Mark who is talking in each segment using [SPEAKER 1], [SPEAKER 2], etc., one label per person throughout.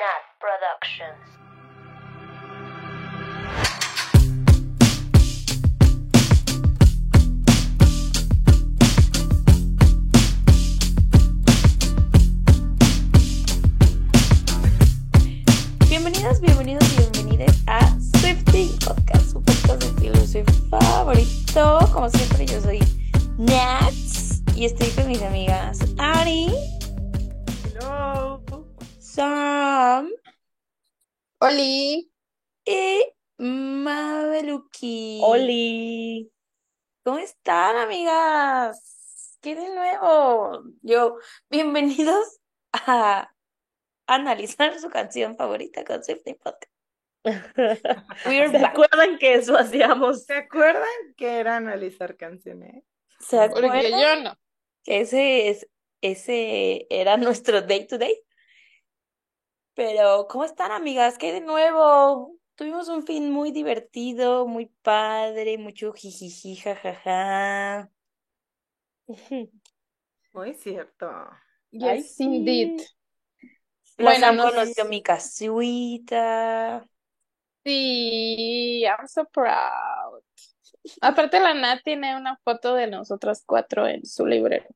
[SPEAKER 1] Nat Productions.
[SPEAKER 2] Bienvenidos, bienvenidos, bienvenidas a Swifting Podcast, su podcast de Taylor Swift favorito. Como siempre, yo soy Nats y estoy con mis amigas Ari,
[SPEAKER 3] Hello.
[SPEAKER 2] Sam
[SPEAKER 4] Oli,
[SPEAKER 2] y Mabeluki.
[SPEAKER 3] Oli.
[SPEAKER 2] ¿Cómo están, amigas? ¿Qué de nuevo? Yo, bienvenidos a analizar su canción favorita con Swifting Podcast. We're
[SPEAKER 3] ¿Se
[SPEAKER 2] back.
[SPEAKER 3] acuerdan que eso hacíamos?
[SPEAKER 5] ¿Se acuerdan que era analizar canciones?
[SPEAKER 2] ¿Se acuerdan?
[SPEAKER 4] porque yo no.
[SPEAKER 2] Ese es, ese era nuestro day to day. Pero, ¿cómo están, amigas? ¿Qué hay de nuevo? Tuvimos un fin muy divertido, muy padre, mucho jijiji, jajaja.
[SPEAKER 5] Muy cierto.
[SPEAKER 3] Ay,
[SPEAKER 4] Yes, indeed.
[SPEAKER 3] sí.
[SPEAKER 2] La
[SPEAKER 4] Bueno, pues,
[SPEAKER 2] Sam
[SPEAKER 4] no sé
[SPEAKER 2] conoció
[SPEAKER 4] si-
[SPEAKER 2] mi casuita.
[SPEAKER 4] Sí, I'm so proud. Aparte, la Nat tiene una foto de nosotras cuatro en su librero.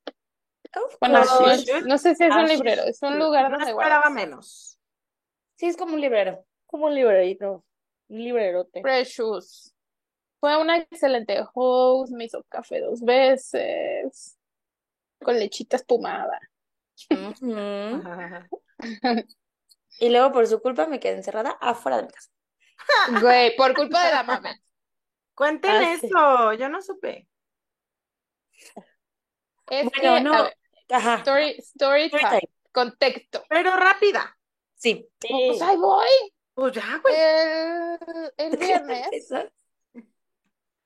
[SPEAKER 2] Of
[SPEAKER 4] Bueno,
[SPEAKER 2] course.
[SPEAKER 4] no,
[SPEAKER 5] sí.
[SPEAKER 4] no sé si es un
[SPEAKER 2] Ah, sí,
[SPEAKER 4] librero, es un
[SPEAKER 5] Sí,
[SPEAKER 4] lugar
[SPEAKER 5] no
[SPEAKER 4] donde
[SPEAKER 5] esperaba
[SPEAKER 4] guardas.
[SPEAKER 5] menos.
[SPEAKER 2] Sí, es como un librero.
[SPEAKER 3] Como un librerito. Un librerote.
[SPEAKER 4] Precious. Fue una excelente host, me hizo café dos veces, con lechita espumada.
[SPEAKER 3] ¿Mm?
[SPEAKER 2] Ujú.
[SPEAKER 5] Ajá.
[SPEAKER 2] Y luego, por su culpa, me quedé encerrada afuera de mi casa.
[SPEAKER 4] Güey, por culpa de la mamá.
[SPEAKER 5] Cuenten
[SPEAKER 3] Ah, sí.
[SPEAKER 5] eso, yo no supe.
[SPEAKER 4] Es que,
[SPEAKER 2] Bueno,
[SPEAKER 4] a
[SPEAKER 2] no.
[SPEAKER 4] ver,
[SPEAKER 2] Ajá.
[SPEAKER 4] story, story
[SPEAKER 2] Story
[SPEAKER 4] time,
[SPEAKER 2] time.
[SPEAKER 4] contexto.
[SPEAKER 5] Pero rápida.
[SPEAKER 2] Sí.
[SPEAKER 4] Pues ahí voy.
[SPEAKER 5] Pues ya,
[SPEAKER 3] Eh,
[SPEAKER 5] güey.
[SPEAKER 4] El, el viernes.
[SPEAKER 2] Eso.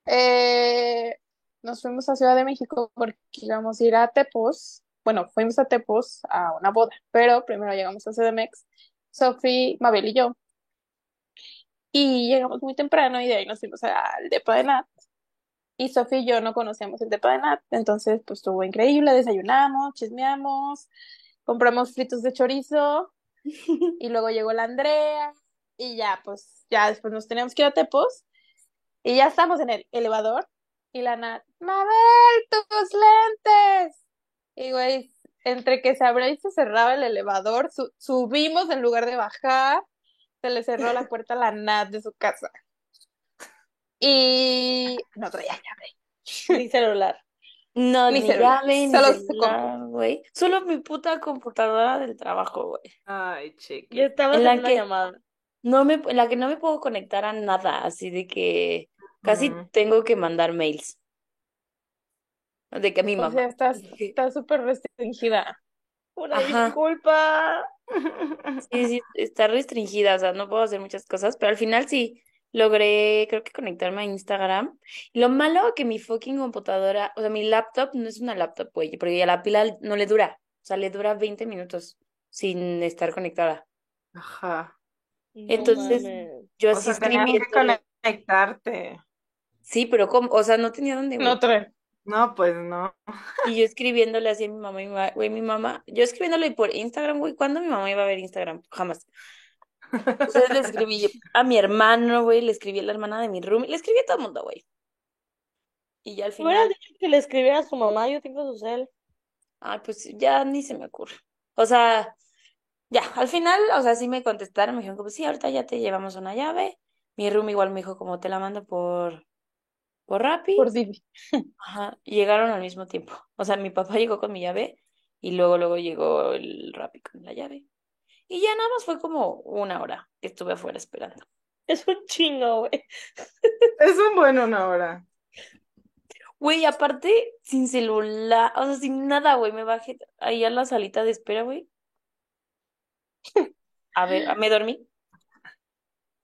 [SPEAKER 4] Eh, nos fuimos a Ciudad de México porque íbamos a ir a Tepos. Bueno, fuimos a Tepos a una boda, pero primero llegamos a CDMX, Sophie, Mabel y yo. Y llegamos muy temprano y de ahí nos fuimos al depa de Nat. Y Sophie y yo no conocíamos el depa de Nat, entonces pues estuvo increíble, desayunamos, chismeamos, compramos fritos de chorizo y luego llegó la Andrea y ya pues ya después nos teníamos que ir a Tepos. Y ya estamos en el elevador y la Nat, Mabel, tus lentes. Y güey, entre que se abría y se cerraba el elevador, su- subimos en lugar de bajar, se le cerró la puerta a la Nat de su casa. Y no traía llave, ni celular.
[SPEAKER 2] No,
[SPEAKER 4] Mi
[SPEAKER 2] ni
[SPEAKER 4] celular.
[SPEAKER 2] llave, ni
[SPEAKER 4] Solo su
[SPEAKER 2] celular, güey. Solo mi puta computadora del trabajo, güey.
[SPEAKER 5] Ay, chiqui.
[SPEAKER 3] Ya estabas
[SPEAKER 2] En la
[SPEAKER 3] en la
[SPEAKER 2] que-
[SPEAKER 3] llamada.
[SPEAKER 2] No me, en la que no me puedo conectar a nada, así de que casi
[SPEAKER 5] Ujú.
[SPEAKER 2] tengo que mandar mails. De que a mi
[SPEAKER 4] O
[SPEAKER 2] mamá.
[SPEAKER 4] sea, estás, estás súper restringida.
[SPEAKER 3] Una
[SPEAKER 2] Ajá.
[SPEAKER 3] disculpa.
[SPEAKER 2] Sí, sí, está restringida, o sea, no puedo hacer muchas cosas, pero al final sí logré, creo que conectarme a Instagram. Lo malo que mi fucking computadora, o sea, mi laptop no es una laptop, güey, porque la pila no le dura, o sea, le dura 20 minutos sin estar conectada.
[SPEAKER 5] Ajá.
[SPEAKER 2] Entonces, Yo
[SPEAKER 5] O
[SPEAKER 2] así
[SPEAKER 5] sea, tenías que
[SPEAKER 2] escribiéndole,
[SPEAKER 5] conectarte.
[SPEAKER 2] sí, pero como, o sea, no tenía dónde, güey.
[SPEAKER 4] No trae.
[SPEAKER 5] No, pues no.
[SPEAKER 2] Y yo escribiéndole así a mi mamá, y mi mamá, güey, mi mamá, yo escribiéndole por Instagram, güey, ¿cuándo mi mamá iba a ver Instagram? Jamás. Entonces le escribí yo a mi hermano, güey, le escribí a la hermana de mi room, le escribí a todo el mundo, güey. Y ya al
[SPEAKER 3] Me hubieras
[SPEAKER 2] final,
[SPEAKER 3] dicho que le escribiera a su mamá, yo tengo su cel.
[SPEAKER 2] ay, pues ya ni se me ocurre. O sea, ya, al final, o sea, sí me contestaron, me dijeron como, sí, ahorita ya te llevamos una llave. Mi room igual me dijo como, te la mando por, por Rappi.
[SPEAKER 4] Por Didi.
[SPEAKER 2] Ajá, y llegaron al mismo tiempo. O sea, mi papá llegó con mi llave y luego, luego llegó el Rappi con la llave. Y ya nada más fue como una hora que estuve afuera esperando.
[SPEAKER 3] Es un chingo, güey.
[SPEAKER 5] Es un buen una hora.
[SPEAKER 2] Güey, aparte, sin celular, o sea, sin nada, güey, me bajé ahí a la salita de espera, güey. A ver, me dormí.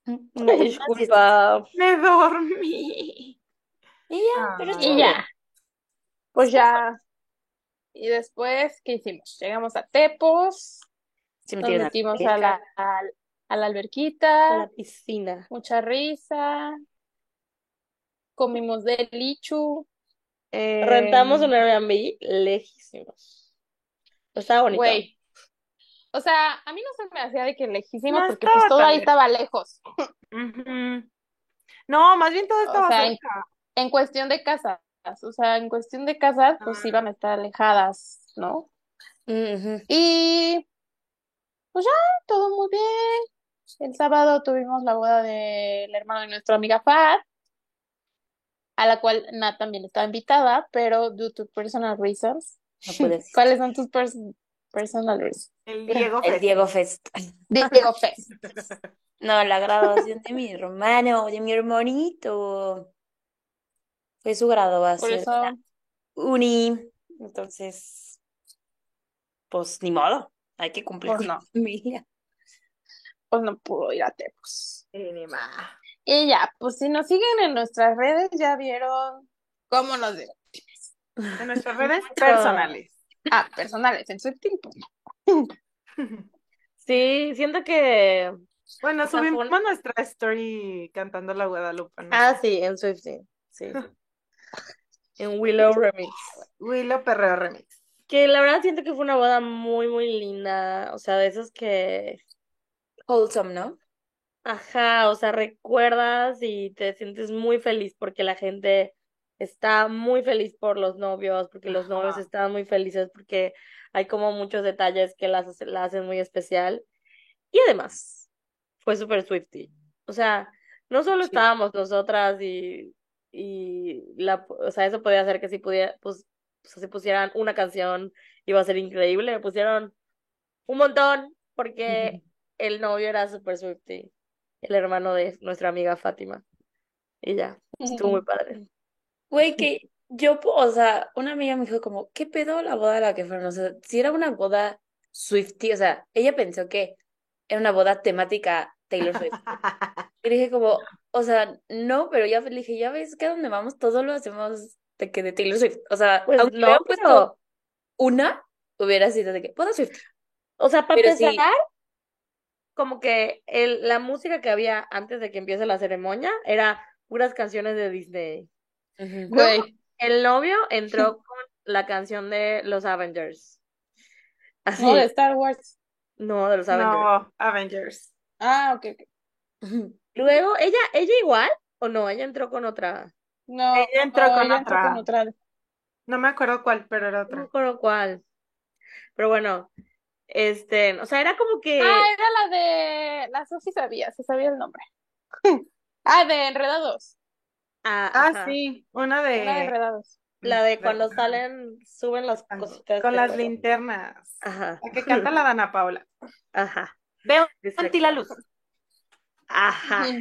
[SPEAKER 3] Una
[SPEAKER 2] Una disculpa.
[SPEAKER 3] disculpa.
[SPEAKER 5] Me dormí.
[SPEAKER 2] Y ya, pero
[SPEAKER 5] Ay.
[SPEAKER 2] estuvo
[SPEAKER 4] Y
[SPEAKER 2] bien.
[SPEAKER 4] ya. Pues ya. Y después, ¿qué hicimos? Llegamos a Tepos.
[SPEAKER 2] Se
[SPEAKER 4] Nos
[SPEAKER 2] metieron a la
[SPEAKER 4] metimos a
[SPEAKER 2] alberca,
[SPEAKER 4] la, al- a la
[SPEAKER 3] A
[SPEAKER 4] alberquita,
[SPEAKER 3] la piscina.
[SPEAKER 4] mucha risa, comimos de lichu.
[SPEAKER 3] Rentamos
[SPEAKER 4] em,
[SPEAKER 3] un Airbnb lejísimos. Estaba bonito.
[SPEAKER 4] Güey. O sea, a mí no se me hacía de que lejísimo,
[SPEAKER 5] No
[SPEAKER 4] porque
[SPEAKER 5] estaba
[SPEAKER 4] pues todo
[SPEAKER 5] tan
[SPEAKER 4] ahí estaba lejos.
[SPEAKER 5] Ujú. No, más bien todo estaba
[SPEAKER 4] sea,
[SPEAKER 5] cerca.
[SPEAKER 4] En cuestión de casas, o sea, en cuestión de casas, pues
[SPEAKER 5] Ah.
[SPEAKER 4] iban a estar alejadas, ¿no?
[SPEAKER 2] Ujú.
[SPEAKER 4] Y pues ya, todo muy bien. El sábado tuvimos la boda del hermano de nuestra amiga Fat, a la cual Nat también estaba invitada, pero due to personal reasons.
[SPEAKER 2] No pude asistir.
[SPEAKER 4] ¿Cuáles son tus pers- personal reasons? Ah,
[SPEAKER 5] El Diego
[SPEAKER 2] El
[SPEAKER 5] Fest.
[SPEAKER 2] Diego Fest.
[SPEAKER 4] Diego Fest.
[SPEAKER 2] No, la graduación de mi hermano, de mi hermanito. Fue su
[SPEAKER 4] Por
[SPEAKER 2] graduación.
[SPEAKER 4] eso,
[SPEAKER 2] Uni. Entonces, pues ni modo. Hay que cumplir
[SPEAKER 4] Pues
[SPEAKER 2] con
[SPEAKER 4] no.
[SPEAKER 2] la familia.
[SPEAKER 4] pues no pudo ir a Tepos.
[SPEAKER 5] Y ni más.
[SPEAKER 4] Y ya, pues si nos siguen en nuestras redes, ya vieron cómo nos dio.
[SPEAKER 5] En nuestras redes
[SPEAKER 2] Mucho.
[SPEAKER 5] personales.
[SPEAKER 4] Ah, personales, en su tiempo.
[SPEAKER 3] Sí, siento que.
[SPEAKER 5] Bueno,
[SPEAKER 3] O sea,
[SPEAKER 5] subimos
[SPEAKER 3] fue
[SPEAKER 5] nuestra story cantando la Guadalupe, ¿no?
[SPEAKER 3] Ah, sí, en Swifting. Sí. En Willow Remix.
[SPEAKER 5] Willow Perreo Remix.
[SPEAKER 3] Que la verdad siento que fue una boda muy, muy linda. O sea, de esas que.
[SPEAKER 2] Wholesome, ¿no?
[SPEAKER 3] Ajá, o sea, recuerdas y te sientes muy feliz porque la gente está muy feliz por los novios, porque los novios
[SPEAKER 5] Ajá.
[SPEAKER 3] están muy felices, porque hay como muchos detalles que las, hace- la hacen muy especial. Y además, fue súper Swiftie. O sea, no solo
[SPEAKER 5] Sí.
[SPEAKER 3] estábamos nosotras y, y la, o sea, eso podía hacer que si pudiera, pues, o sea, si pusieran una canción iba a ser increíble, pusieron un montón porque el novio era súper Swiftie, el hermano de nuestra amiga Fátima. Y ya, estuvo muy padre.
[SPEAKER 2] Güey, que yo, po- o sea, una amiga me dijo como, ¿qué pedo la boda a la que fueron? O sea, si era una boda Swiftie, o sea, ella pensó que era una boda temática Taylor Swift. Y dije como, o sea, no, pero ya le dije, ya ves que a donde vamos todo lo hacemos de que de Taylor Swift. O sea,
[SPEAKER 3] Pues
[SPEAKER 2] aunque
[SPEAKER 3] no,
[SPEAKER 2] hubiera puesto
[SPEAKER 3] pero,
[SPEAKER 2] una, hubiera sido de que boda Swift.
[SPEAKER 3] o sea, para
[SPEAKER 2] Pero
[SPEAKER 3] empezar,
[SPEAKER 2] sí,
[SPEAKER 3] como que el, la música que había antes de que empiece la ceremonia era puras canciones de Disney.
[SPEAKER 2] ujú,
[SPEAKER 3] Luego,
[SPEAKER 4] Güey,
[SPEAKER 3] el novio entró con la canción de los Avengers.
[SPEAKER 4] no de
[SPEAKER 3] Así,
[SPEAKER 4] Star Wars.
[SPEAKER 3] no, de los Avengers.
[SPEAKER 5] No, Avengers.
[SPEAKER 4] Ah, ok, ok.
[SPEAKER 2] ujú.
[SPEAKER 3] Luego, ella, ella igual, o no, ella entró con otra.
[SPEAKER 4] No,
[SPEAKER 5] Ella entró con
[SPEAKER 4] ella Oh, entró
[SPEAKER 5] otra.
[SPEAKER 4] con otra.
[SPEAKER 5] No me acuerdo cuál, pero era
[SPEAKER 3] No me
[SPEAKER 5] otra.
[SPEAKER 3] acuerdo cuál. Pero bueno, este, o sea, era como
[SPEAKER 4] Ah,
[SPEAKER 3] que,
[SPEAKER 4] era la de... La Sofi sabía, se sabía el nombre. Ah, de Enredados.
[SPEAKER 3] ah,
[SPEAKER 5] Ah,
[SPEAKER 3] ajá,
[SPEAKER 5] sí, una
[SPEAKER 4] Una de
[SPEAKER 5] de...
[SPEAKER 4] Enredados.
[SPEAKER 5] Mm,
[SPEAKER 3] la de cuando salen, suben las cositas.
[SPEAKER 5] Con
[SPEAKER 3] de
[SPEAKER 5] las
[SPEAKER 3] todo.
[SPEAKER 5] linternas.
[SPEAKER 3] Ajá,
[SPEAKER 5] La que canta la Dana Paula.
[SPEAKER 3] ajá,
[SPEAKER 5] Veo
[SPEAKER 3] exacto.
[SPEAKER 5] ante la luz. Ah,
[SPEAKER 3] Ajá.
[SPEAKER 4] Ujú.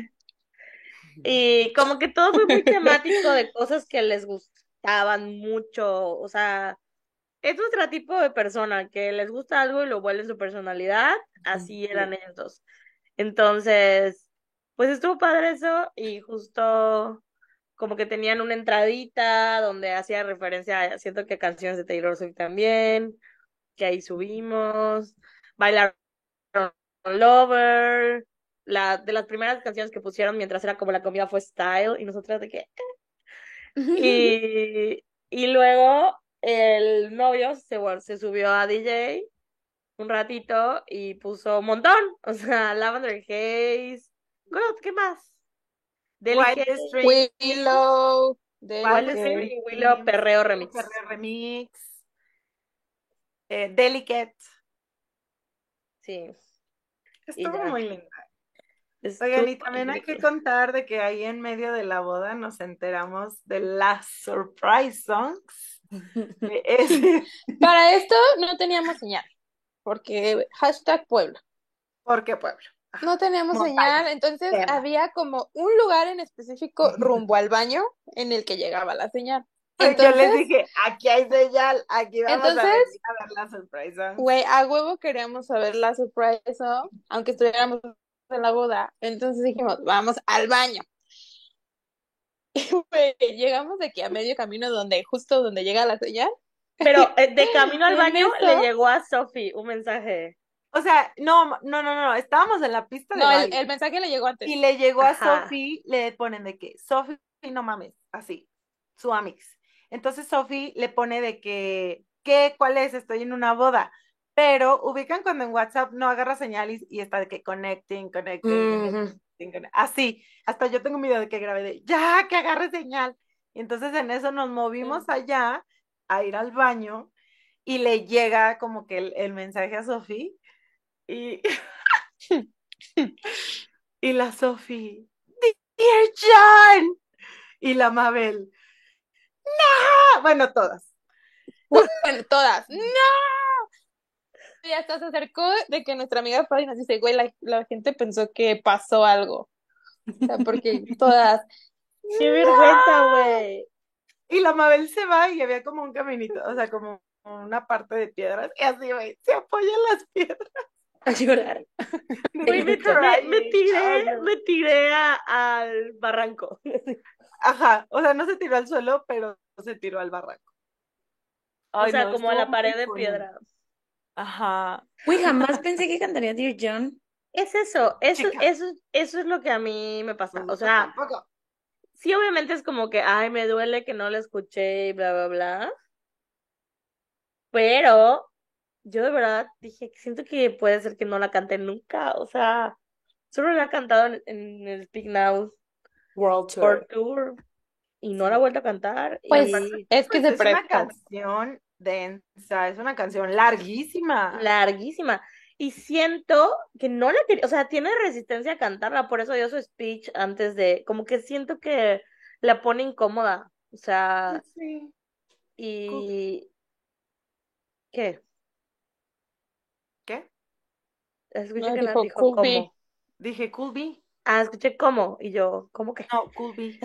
[SPEAKER 3] Y como que todo fue muy temático de cosas que les gustaban mucho. O sea, es otro tipo de persona que les gusta algo y lo vuelve su personalidad. Así eran ellos dos. Entonces, pues estuvo padre eso y justo como que tenían una entradita donde hacía referencia a, siento que canciones de Taylor Swift también, que ahí subimos, bailaron Lover, la de las primeras canciones que pusieron mientras era como la comida fue Style y nosotras de que y, y luego el novio se, vol- se subió a DJ un ratito y puso un montón. O sea, Lavender Haze. God, ¿qué más? Del
[SPEAKER 5] White Street.
[SPEAKER 4] Willow. De
[SPEAKER 5] Wild
[SPEAKER 3] Wild Street
[SPEAKER 4] que-
[SPEAKER 3] y Willow Perreo Remix.
[SPEAKER 5] Perreo Remix. Eh, Delicate.
[SPEAKER 3] Sí. Y
[SPEAKER 5] Estuvo
[SPEAKER 3] ya.
[SPEAKER 5] muy linda. Oigan,
[SPEAKER 3] Estuvo
[SPEAKER 5] y también hay que
[SPEAKER 3] increíble.
[SPEAKER 5] contar de que ahí en medio de la boda nos enteramos de las surprise songs de este ese,
[SPEAKER 4] Para esto no teníamos señal, porque hashtag Puebla.
[SPEAKER 5] porque pueblo.
[SPEAKER 4] No teníamos
[SPEAKER 5] Montaña,
[SPEAKER 4] señal, entonces
[SPEAKER 5] sierra.
[SPEAKER 4] había como un lugar en específico rumbo al baño en el que llegaba la señal.
[SPEAKER 5] Ay, Yo les
[SPEAKER 4] Entonces,
[SPEAKER 5] dije, aquí hay señal, aquí vamos a
[SPEAKER 4] entonces,
[SPEAKER 5] venir a ver las surprise songs.
[SPEAKER 4] güey, a huevo queríamos saber la surprise, ¿no? aunque estuviéramos en la boda. Entonces dijimos, vamos al baño. Y güey, llegamos de aquí a medio camino donde, justo donde llega la señal.
[SPEAKER 3] Pero eh, de camino al
[SPEAKER 4] Y en
[SPEAKER 3] baño le
[SPEAKER 4] eso-
[SPEAKER 3] llegó a Sophie un mensaje.
[SPEAKER 5] O sea, no, no, no, no, estábamos en la pista de
[SPEAKER 4] No, el,
[SPEAKER 5] baile
[SPEAKER 4] el mensaje le llegó antes.
[SPEAKER 5] y le llegó a
[SPEAKER 3] Ajá.
[SPEAKER 5] Sophie, le ponen de que, Sophie, no mames, así, su amix. Entonces Sophie le pone de que, ¿qué? ¿Cuál es? Estoy en una boda. Pero ubican cuando en WhatsApp no agarra señales y está de que connecting, connecting,
[SPEAKER 4] mm,
[SPEAKER 2] Ujú.
[SPEAKER 5] connecting, conne- Así, ah, hasta yo tengo un video de que grabé de ya que agarre señal. Y entonces en eso nos movimos allá a ir al baño y le llega como que el, el mensaje a Sofía y, y la Sofía, Dear John, y la Mabel, no, bueno, todas.
[SPEAKER 4] Bueno, todas.
[SPEAKER 5] Mm.
[SPEAKER 4] ¡No! Ya hasta se acercó de que nuestra amiga Fabi nos dice, güey, la, la gente pensó que pasó algo. O sea, porque todas.
[SPEAKER 3] ¡Qué vergüenza, güey!
[SPEAKER 5] Y la Mabel se va y había como un caminito, o sea, como una parte de piedras. Y así, güey, se apoyan las piedras.
[SPEAKER 2] A llorar.
[SPEAKER 3] Güey, me, me-
[SPEAKER 5] Crying.
[SPEAKER 3] me
[SPEAKER 5] Ay,
[SPEAKER 3] tiré,
[SPEAKER 5] no.
[SPEAKER 3] me tiré a- al barranco.
[SPEAKER 5] Ajá, o sea, no se tiró al suelo, pero se tiró al barranco.
[SPEAKER 3] o
[SPEAKER 5] Ay,
[SPEAKER 3] sea,
[SPEAKER 5] no,
[SPEAKER 3] como a la
[SPEAKER 5] estuvo muy
[SPEAKER 3] pared de
[SPEAKER 5] bueno.
[SPEAKER 3] piedra.
[SPEAKER 5] Ajá.
[SPEAKER 2] Güey, jamás pensé que cantaría Dear John.
[SPEAKER 3] Es eso, eso,
[SPEAKER 5] Chica.
[SPEAKER 3] eso, eso es lo que a mí me pasa. O sea,
[SPEAKER 5] Tampoco.
[SPEAKER 3] sí, obviamente es como que, ay, me duele que no la escuché y bla, bla, bla. Pero yo de verdad dije, siento que puede ser que no la cante nunca. O sea, solo la he cantado en, en el Speak Now
[SPEAKER 2] World
[SPEAKER 3] World Tour y no la he vuelto a cantar.
[SPEAKER 4] Pues
[SPEAKER 3] y
[SPEAKER 4] es que
[SPEAKER 5] Pues
[SPEAKER 4] se
[SPEAKER 5] es una
[SPEAKER 4] prestó.
[SPEAKER 5] canción densa, es una canción larguísima.
[SPEAKER 3] larguísima. Y siento que no la quería, o sea, tiene resistencia a cantarla, por eso dio su speech antes de, como que siento que la pone incómoda. O sea,
[SPEAKER 5] Sí.
[SPEAKER 3] y... ¿Qué?
[SPEAKER 5] ¿Qué?
[SPEAKER 3] Escuché
[SPEAKER 4] No,
[SPEAKER 3] que
[SPEAKER 4] dijo,
[SPEAKER 3] la dijo
[SPEAKER 4] "Could be".
[SPEAKER 3] cómo.
[SPEAKER 5] Dije, could be.
[SPEAKER 3] Ah, escuché cómo. Y yo, ¿cómo que?
[SPEAKER 5] No, could be.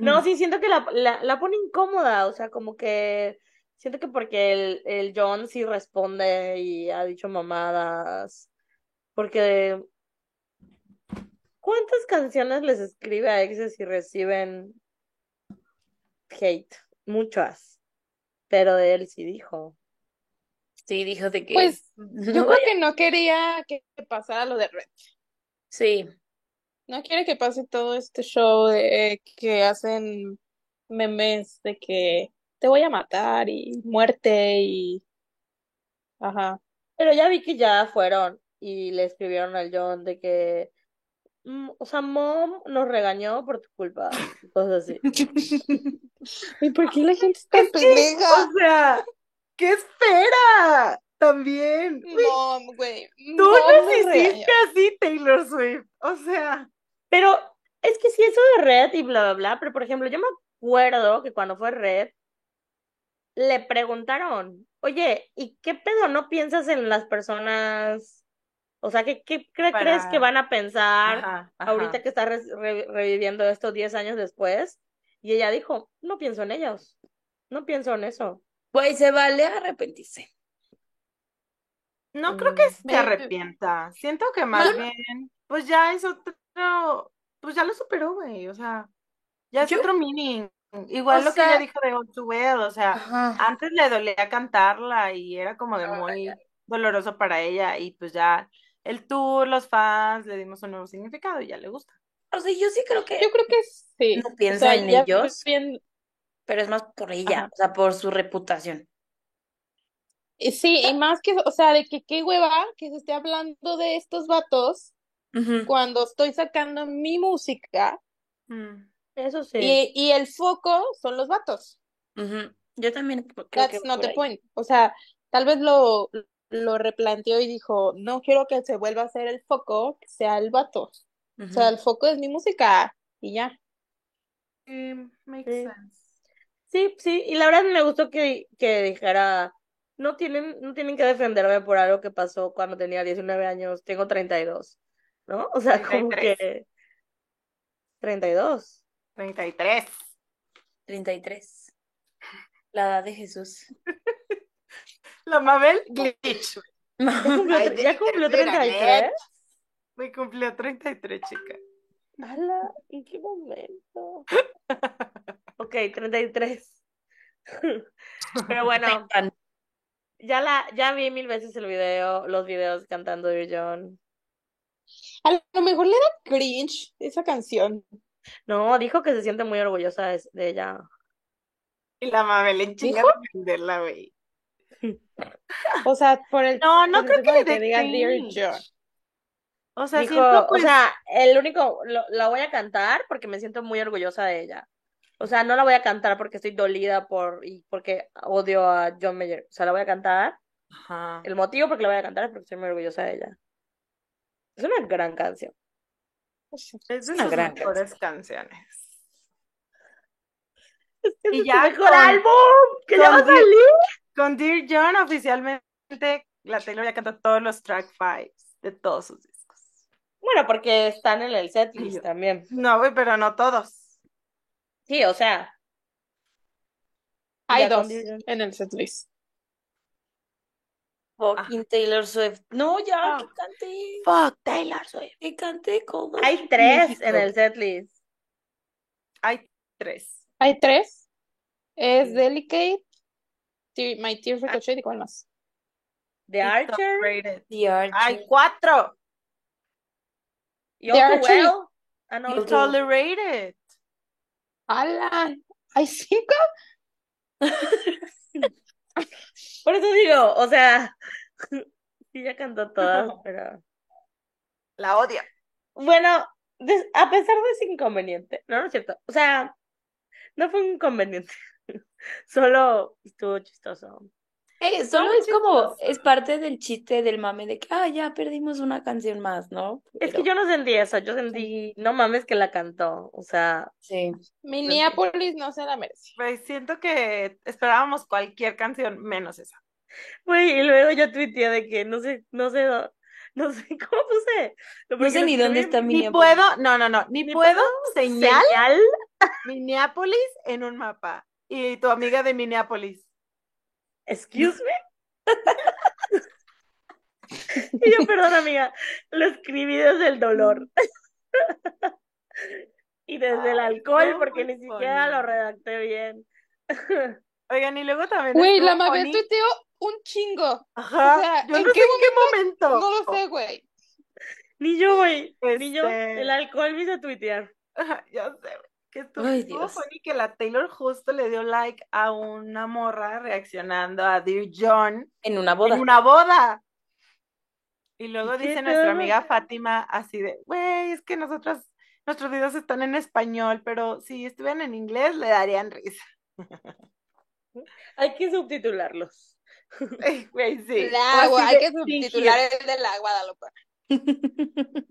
[SPEAKER 3] No, sí, siento que la, la, la pone incómoda, o sea, como que siento que porque el, el John sí responde y ha dicho mamadas, porque ¿cuántas canciones les escribe a exes y reciben hate? Muchas, pero de él sí dijo.
[SPEAKER 2] Sí, dijo de que.
[SPEAKER 4] Pues,
[SPEAKER 2] no
[SPEAKER 4] Yo creo
[SPEAKER 2] vaya-
[SPEAKER 4] que no quería que pasara lo de Red.
[SPEAKER 2] Sí.
[SPEAKER 4] No quiere que pase todo este show de que hacen memes de que te voy a matar y muerte y... Ajá.
[SPEAKER 3] Pero ya vi que ya fueron y le escribieron al John de que, "Mm, o sea, mom nos regañó por tu culpa, cosas así.
[SPEAKER 4] ¿Y por qué la gente está
[SPEAKER 5] Es que,
[SPEAKER 4] pendeja?
[SPEAKER 5] O sea, ¿qué espera? También. Uy,
[SPEAKER 4] No, güey.
[SPEAKER 5] Tú
[SPEAKER 4] no
[SPEAKER 5] nos
[SPEAKER 4] me regañó.
[SPEAKER 5] hiciste así, Taylor Swift. O sea,
[SPEAKER 3] Pero es que sí, eso de Red y bla, bla, bla, pero por ejemplo, yo me acuerdo que cuando fue Red, le preguntaron, oye, ¿y qué pedo no piensas en las personas? O sea, ¿qué, qué cre-
[SPEAKER 5] Para-
[SPEAKER 3] crees que van a pensar
[SPEAKER 5] ajá, ajá.
[SPEAKER 3] ahorita que estás re- re- reviviendo esto 10 años después? Y ella dijo, no pienso en ellos, no pienso en eso.
[SPEAKER 2] Güey, se vale arrepentirse.
[SPEAKER 5] No creo que
[SPEAKER 3] Mm.
[SPEAKER 5] se arrepienta. Siento que más bien, pues ya es otro, pues ya lo superó, güey. O sea, ya es
[SPEAKER 2] Yo-
[SPEAKER 5] otro meaning. Igual
[SPEAKER 2] O
[SPEAKER 5] lo que
[SPEAKER 2] sea-
[SPEAKER 5] ella dijo de On to Well, o sea,
[SPEAKER 2] Ajá.
[SPEAKER 5] antes le dolía cantarla y era como de muy doloroso para ella y pues ya el tour, los fans, le dimos un nuevo significado y ya le gusta.
[SPEAKER 2] O sea, yo sí creo que.
[SPEAKER 4] Yo creo que sí.
[SPEAKER 2] No
[SPEAKER 4] O
[SPEAKER 2] piensa
[SPEAKER 4] sea,
[SPEAKER 2] en
[SPEAKER 4] ya
[SPEAKER 2] ellos.
[SPEAKER 4] bien-
[SPEAKER 2] Pero es más por ella,
[SPEAKER 4] Ajá.
[SPEAKER 2] o sea, por su reputación.
[SPEAKER 4] y Sí, y más que, o sea, de que qué hueva que se esté hablando de estos vatos
[SPEAKER 2] Ujú.
[SPEAKER 4] cuando estoy sacando mi música
[SPEAKER 3] Eso sí.
[SPEAKER 4] y, y el foco son los vatos.
[SPEAKER 2] Ujú. Yo también creo que
[SPEAKER 4] That's
[SPEAKER 2] va
[SPEAKER 4] not
[SPEAKER 2] por
[SPEAKER 4] the
[SPEAKER 2] ahí.
[SPEAKER 4] point. O sea, tal vez lo, lo replanteó y dijo, no quiero que se vuelva a ser el foco, que sea el vato. O
[SPEAKER 2] Ujú.
[SPEAKER 4] sea, el foco es mi música y ya.
[SPEAKER 5] Sí, makes
[SPEAKER 3] Sí.
[SPEAKER 5] sense.
[SPEAKER 3] Sí, sí, y la verdad me gustó que, que dijera, no tienen, no tienen que defenderme por algo que pasó cuando tenía 19 años, tengo 32, ¿no? O sea, como
[SPEAKER 5] 33.
[SPEAKER 3] que 32.
[SPEAKER 5] 33.
[SPEAKER 2] 33. La edad de Jesús.
[SPEAKER 5] La Mabel Glitch.
[SPEAKER 3] ¿Ya cumplió,
[SPEAKER 5] Ay,
[SPEAKER 3] tre- ya
[SPEAKER 5] ya
[SPEAKER 3] cumplió
[SPEAKER 5] te regalé.
[SPEAKER 3] 33?
[SPEAKER 5] Me cumplió 33, chica.
[SPEAKER 3] ¡Hala! ¿En qué momento? Ok, 33. Pero bueno,
[SPEAKER 2] Sepan.
[SPEAKER 3] ya la, ya vi mil veces el video, los videos cantando de John.
[SPEAKER 4] A lo mejor le da cringe esa canción.
[SPEAKER 3] No, dijo que se siente muy orgullosa de, de ella.
[SPEAKER 5] Y la Mabel en chinga
[SPEAKER 4] ¿Dijo?
[SPEAKER 5] defenderla, güey.
[SPEAKER 4] O sea, por el,
[SPEAKER 5] No, no
[SPEAKER 4] por
[SPEAKER 5] creo
[SPEAKER 4] el tipo
[SPEAKER 5] que
[SPEAKER 4] de
[SPEAKER 5] le dé
[SPEAKER 4] digan Dear
[SPEAKER 5] cringe.
[SPEAKER 4] John.
[SPEAKER 5] O sea,
[SPEAKER 3] Dijo,
[SPEAKER 5] siento
[SPEAKER 3] o
[SPEAKER 5] pues,
[SPEAKER 3] sea, el único, lo- la voy a cantar porque me siento muy orgullosa de ella. O sea, no la voy a cantar porque estoy dolida por y porque odio a John Mayer. O sea, la voy a cantar.
[SPEAKER 5] ajá.
[SPEAKER 3] El motivo por que la voy a cantar es porque estoy muy orgullosa de ella. Es una gran canción.
[SPEAKER 5] Es de
[SPEAKER 2] una
[SPEAKER 5] sus
[SPEAKER 2] gran
[SPEAKER 5] mejores canciones.
[SPEAKER 3] Ese
[SPEAKER 5] Y
[SPEAKER 3] es su
[SPEAKER 5] ya
[SPEAKER 3] mejor
[SPEAKER 5] con-
[SPEAKER 3] álbum que ya va a
[SPEAKER 5] con Di-
[SPEAKER 3] salir.
[SPEAKER 5] Con Dear John, oficialmente, la Taylor ya canta todos los track fives de todos sus discos.
[SPEAKER 3] Bueno, porque están en el
[SPEAKER 5] Y yo.
[SPEAKER 3] setlist también.
[SPEAKER 5] No, güey, pero no todos.
[SPEAKER 3] Sí, o sea,
[SPEAKER 4] Hay
[SPEAKER 3] Ya con
[SPEAKER 4] dos
[SPEAKER 3] Dear John.
[SPEAKER 4] en el setlist.
[SPEAKER 2] Fucking Taylor Swift. No, ya,
[SPEAKER 5] Ah.
[SPEAKER 2] que cante.
[SPEAKER 5] Fuck Taylor Swift.
[SPEAKER 2] Que cante Cold War
[SPEAKER 3] hay
[SPEAKER 2] en
[SPEAKER 3] tres
[SPEAKER 2] México.
[SPEAKER 3] en el setlist.
[SPEAKER 5] Hay tres.
[SPEAKER 4] Hay tres. Es
[SPEAKER 3] Sí.
[SPEAKER 4] Delicate, Tear- My Tears Ricochet y cuál más.
[SPEAKER 3] The Archer
[SPEAKER 5] Rated.
[SPEAKER 2] The
[SPEAKER 5] Hay
[SPEAKER 2] Archer.
[SPEAKER 5] cuatro.
[SPEAKER 3] y
[SPEAKER 4] The
[SPEAKER 3] All Too
[SPEAKER 4] Archer y-
[SPEAKER 3] Well. Ah, no,
[SPEAKER 2] y
[SPEAKER 3] All
[SPEAKER 2] All
[SPEAKER 3] Too Well.
[SPEAKER 5] Tolerated.
[SPEAKER 4] ¡Hala! ¿Hay cinco?
[SPEAKER 3] Por eso digo, o sea, sí ya cantó todas, pero
[SPEAKER 5] La odio.
[SPEAKER 3] bueno, des- a pesar de ese inconveniente, no, no es cierto, o sea, no fue un inconveniente, solo estuvo chistoso.
[SPEAKER 2] Eh, solo
[SPEAKER 3] muy
[SPEAKER 2] es como,
[SPEAKER 3] chistoso.
[SPEAKER 2] es parte del chiste del mame de que, ah, ya perdimos una canción más, ¿no?
[SPEAKER 3] Es
[SPEAKER 2] Pero,
[SPEAKER 3] que yo no sentí eso, yo sentí, no mames que la cantó, o sea,
[SPEAKER 2] sí.
[SPEAKER 4] Minneapolis no se la merece.
[SPEAKER 5] Pues siento que esperábamos cualquier canción menos esa.
[SPEAKER 3] güey, y luego yo tuiteé de que no sé, no sé, do- no sé cómo puse, No,
[SPEAKER 2] No
[SPEAKER 3] porque
[SPEAKER 2] sé
[SPEAKER 3] lo
[SPEAKER 2] ni dónde
[SPEAKER 3] escribí
[SPEAKER 2] está
[SPEAKER 3] en
[SPEAKER 5] Ni
[SPEAKER 2] Minneapolis.
[SPEAKER 5] puedo, no, no, no, ni,
[SPEAKER 3] Ni
[SPEAKER 5] puedo
[SPEAKER 3] mi
[SPEAKER 5] señal
[SPEAKER 3] señal,
[SPEAKER 5] Minneapolis en un mapa. Y tu amiga de Minneapolis.
[SPEAKER 3] excuse me. Y yo, perdón, amiga, lo escribí desde el dolor. Y desde el
[SPEAKER 5] Ay,
[SPEAKER 3] alcohol,
[SPEAKER 5] estuvo
[SPEAKER 3] porque
[SPEAKER 4] pues,
[SPEAKER 5] muy
[SPEAKER 3] ni siquiera lo
[SPEAKER 5] funny.
[SPEAKER 3] redacté bien.
[SPEAKER 5] Oigan, y luego también
[SPEAKER 4] Güey,
[SPEAKER 5] estuvo
[SPEAKER 4] la mamá
[SPEAKER 5] funny.
[SPEAKER 4] tuiteó un chingo.
[SPEAKER 5] Ajá.
[SPEAKER 4] O sea,
[SPEAKER 5] yo
[SPEAKER 4] ¿en
[SPEAKER 5] no
[SPEAKER 4] qué
[SPEAKER 5] sé en qué momento.
[SPEAKER 4] No lo sé, güey.
[SPEAKER 3] Ni yo, güey. Ni yo.
[SPEAKER 5] Este,
[SPEAKER 3] El alcohol me hizo tuitear.
[SPEAKER 5] Ajá, Ya sé, güey, que estuvo,
[SPEAKER 2] Ay,
[SPEAKER 5] estuvo
[SPEAKER 2] Dios.
[SPEAKER 5] funny que la Taylor justo le dio like a una morra reaccionando a Dear John
[SPEAKER 2] En una
[SPEAKER 5] en
[SPEAKER 2] boda.
[SPEAKER 5] una boda. Y luego
[SPEAKER 3] ¿Y qué
[SPEAKER 5] dice
[SPEAKER 3] pedo?
[SPEAKER 5] nuestra amiga Fátima así de, güey, es que nosotras, nuestros videos están en español, pero si estuvieran en inglés le darían risa.
[SPEAKER 3] Hay que subtitularlos.
[SPEAKER 5] Ay, Güey, sí. O
[SPEAKER 4] La,
[SPEAKER 5] así
[SPEAKER 4] hay que
[SPEAKER 5] de,
[SPEAKER 4] subtitular el de la Guadalupe.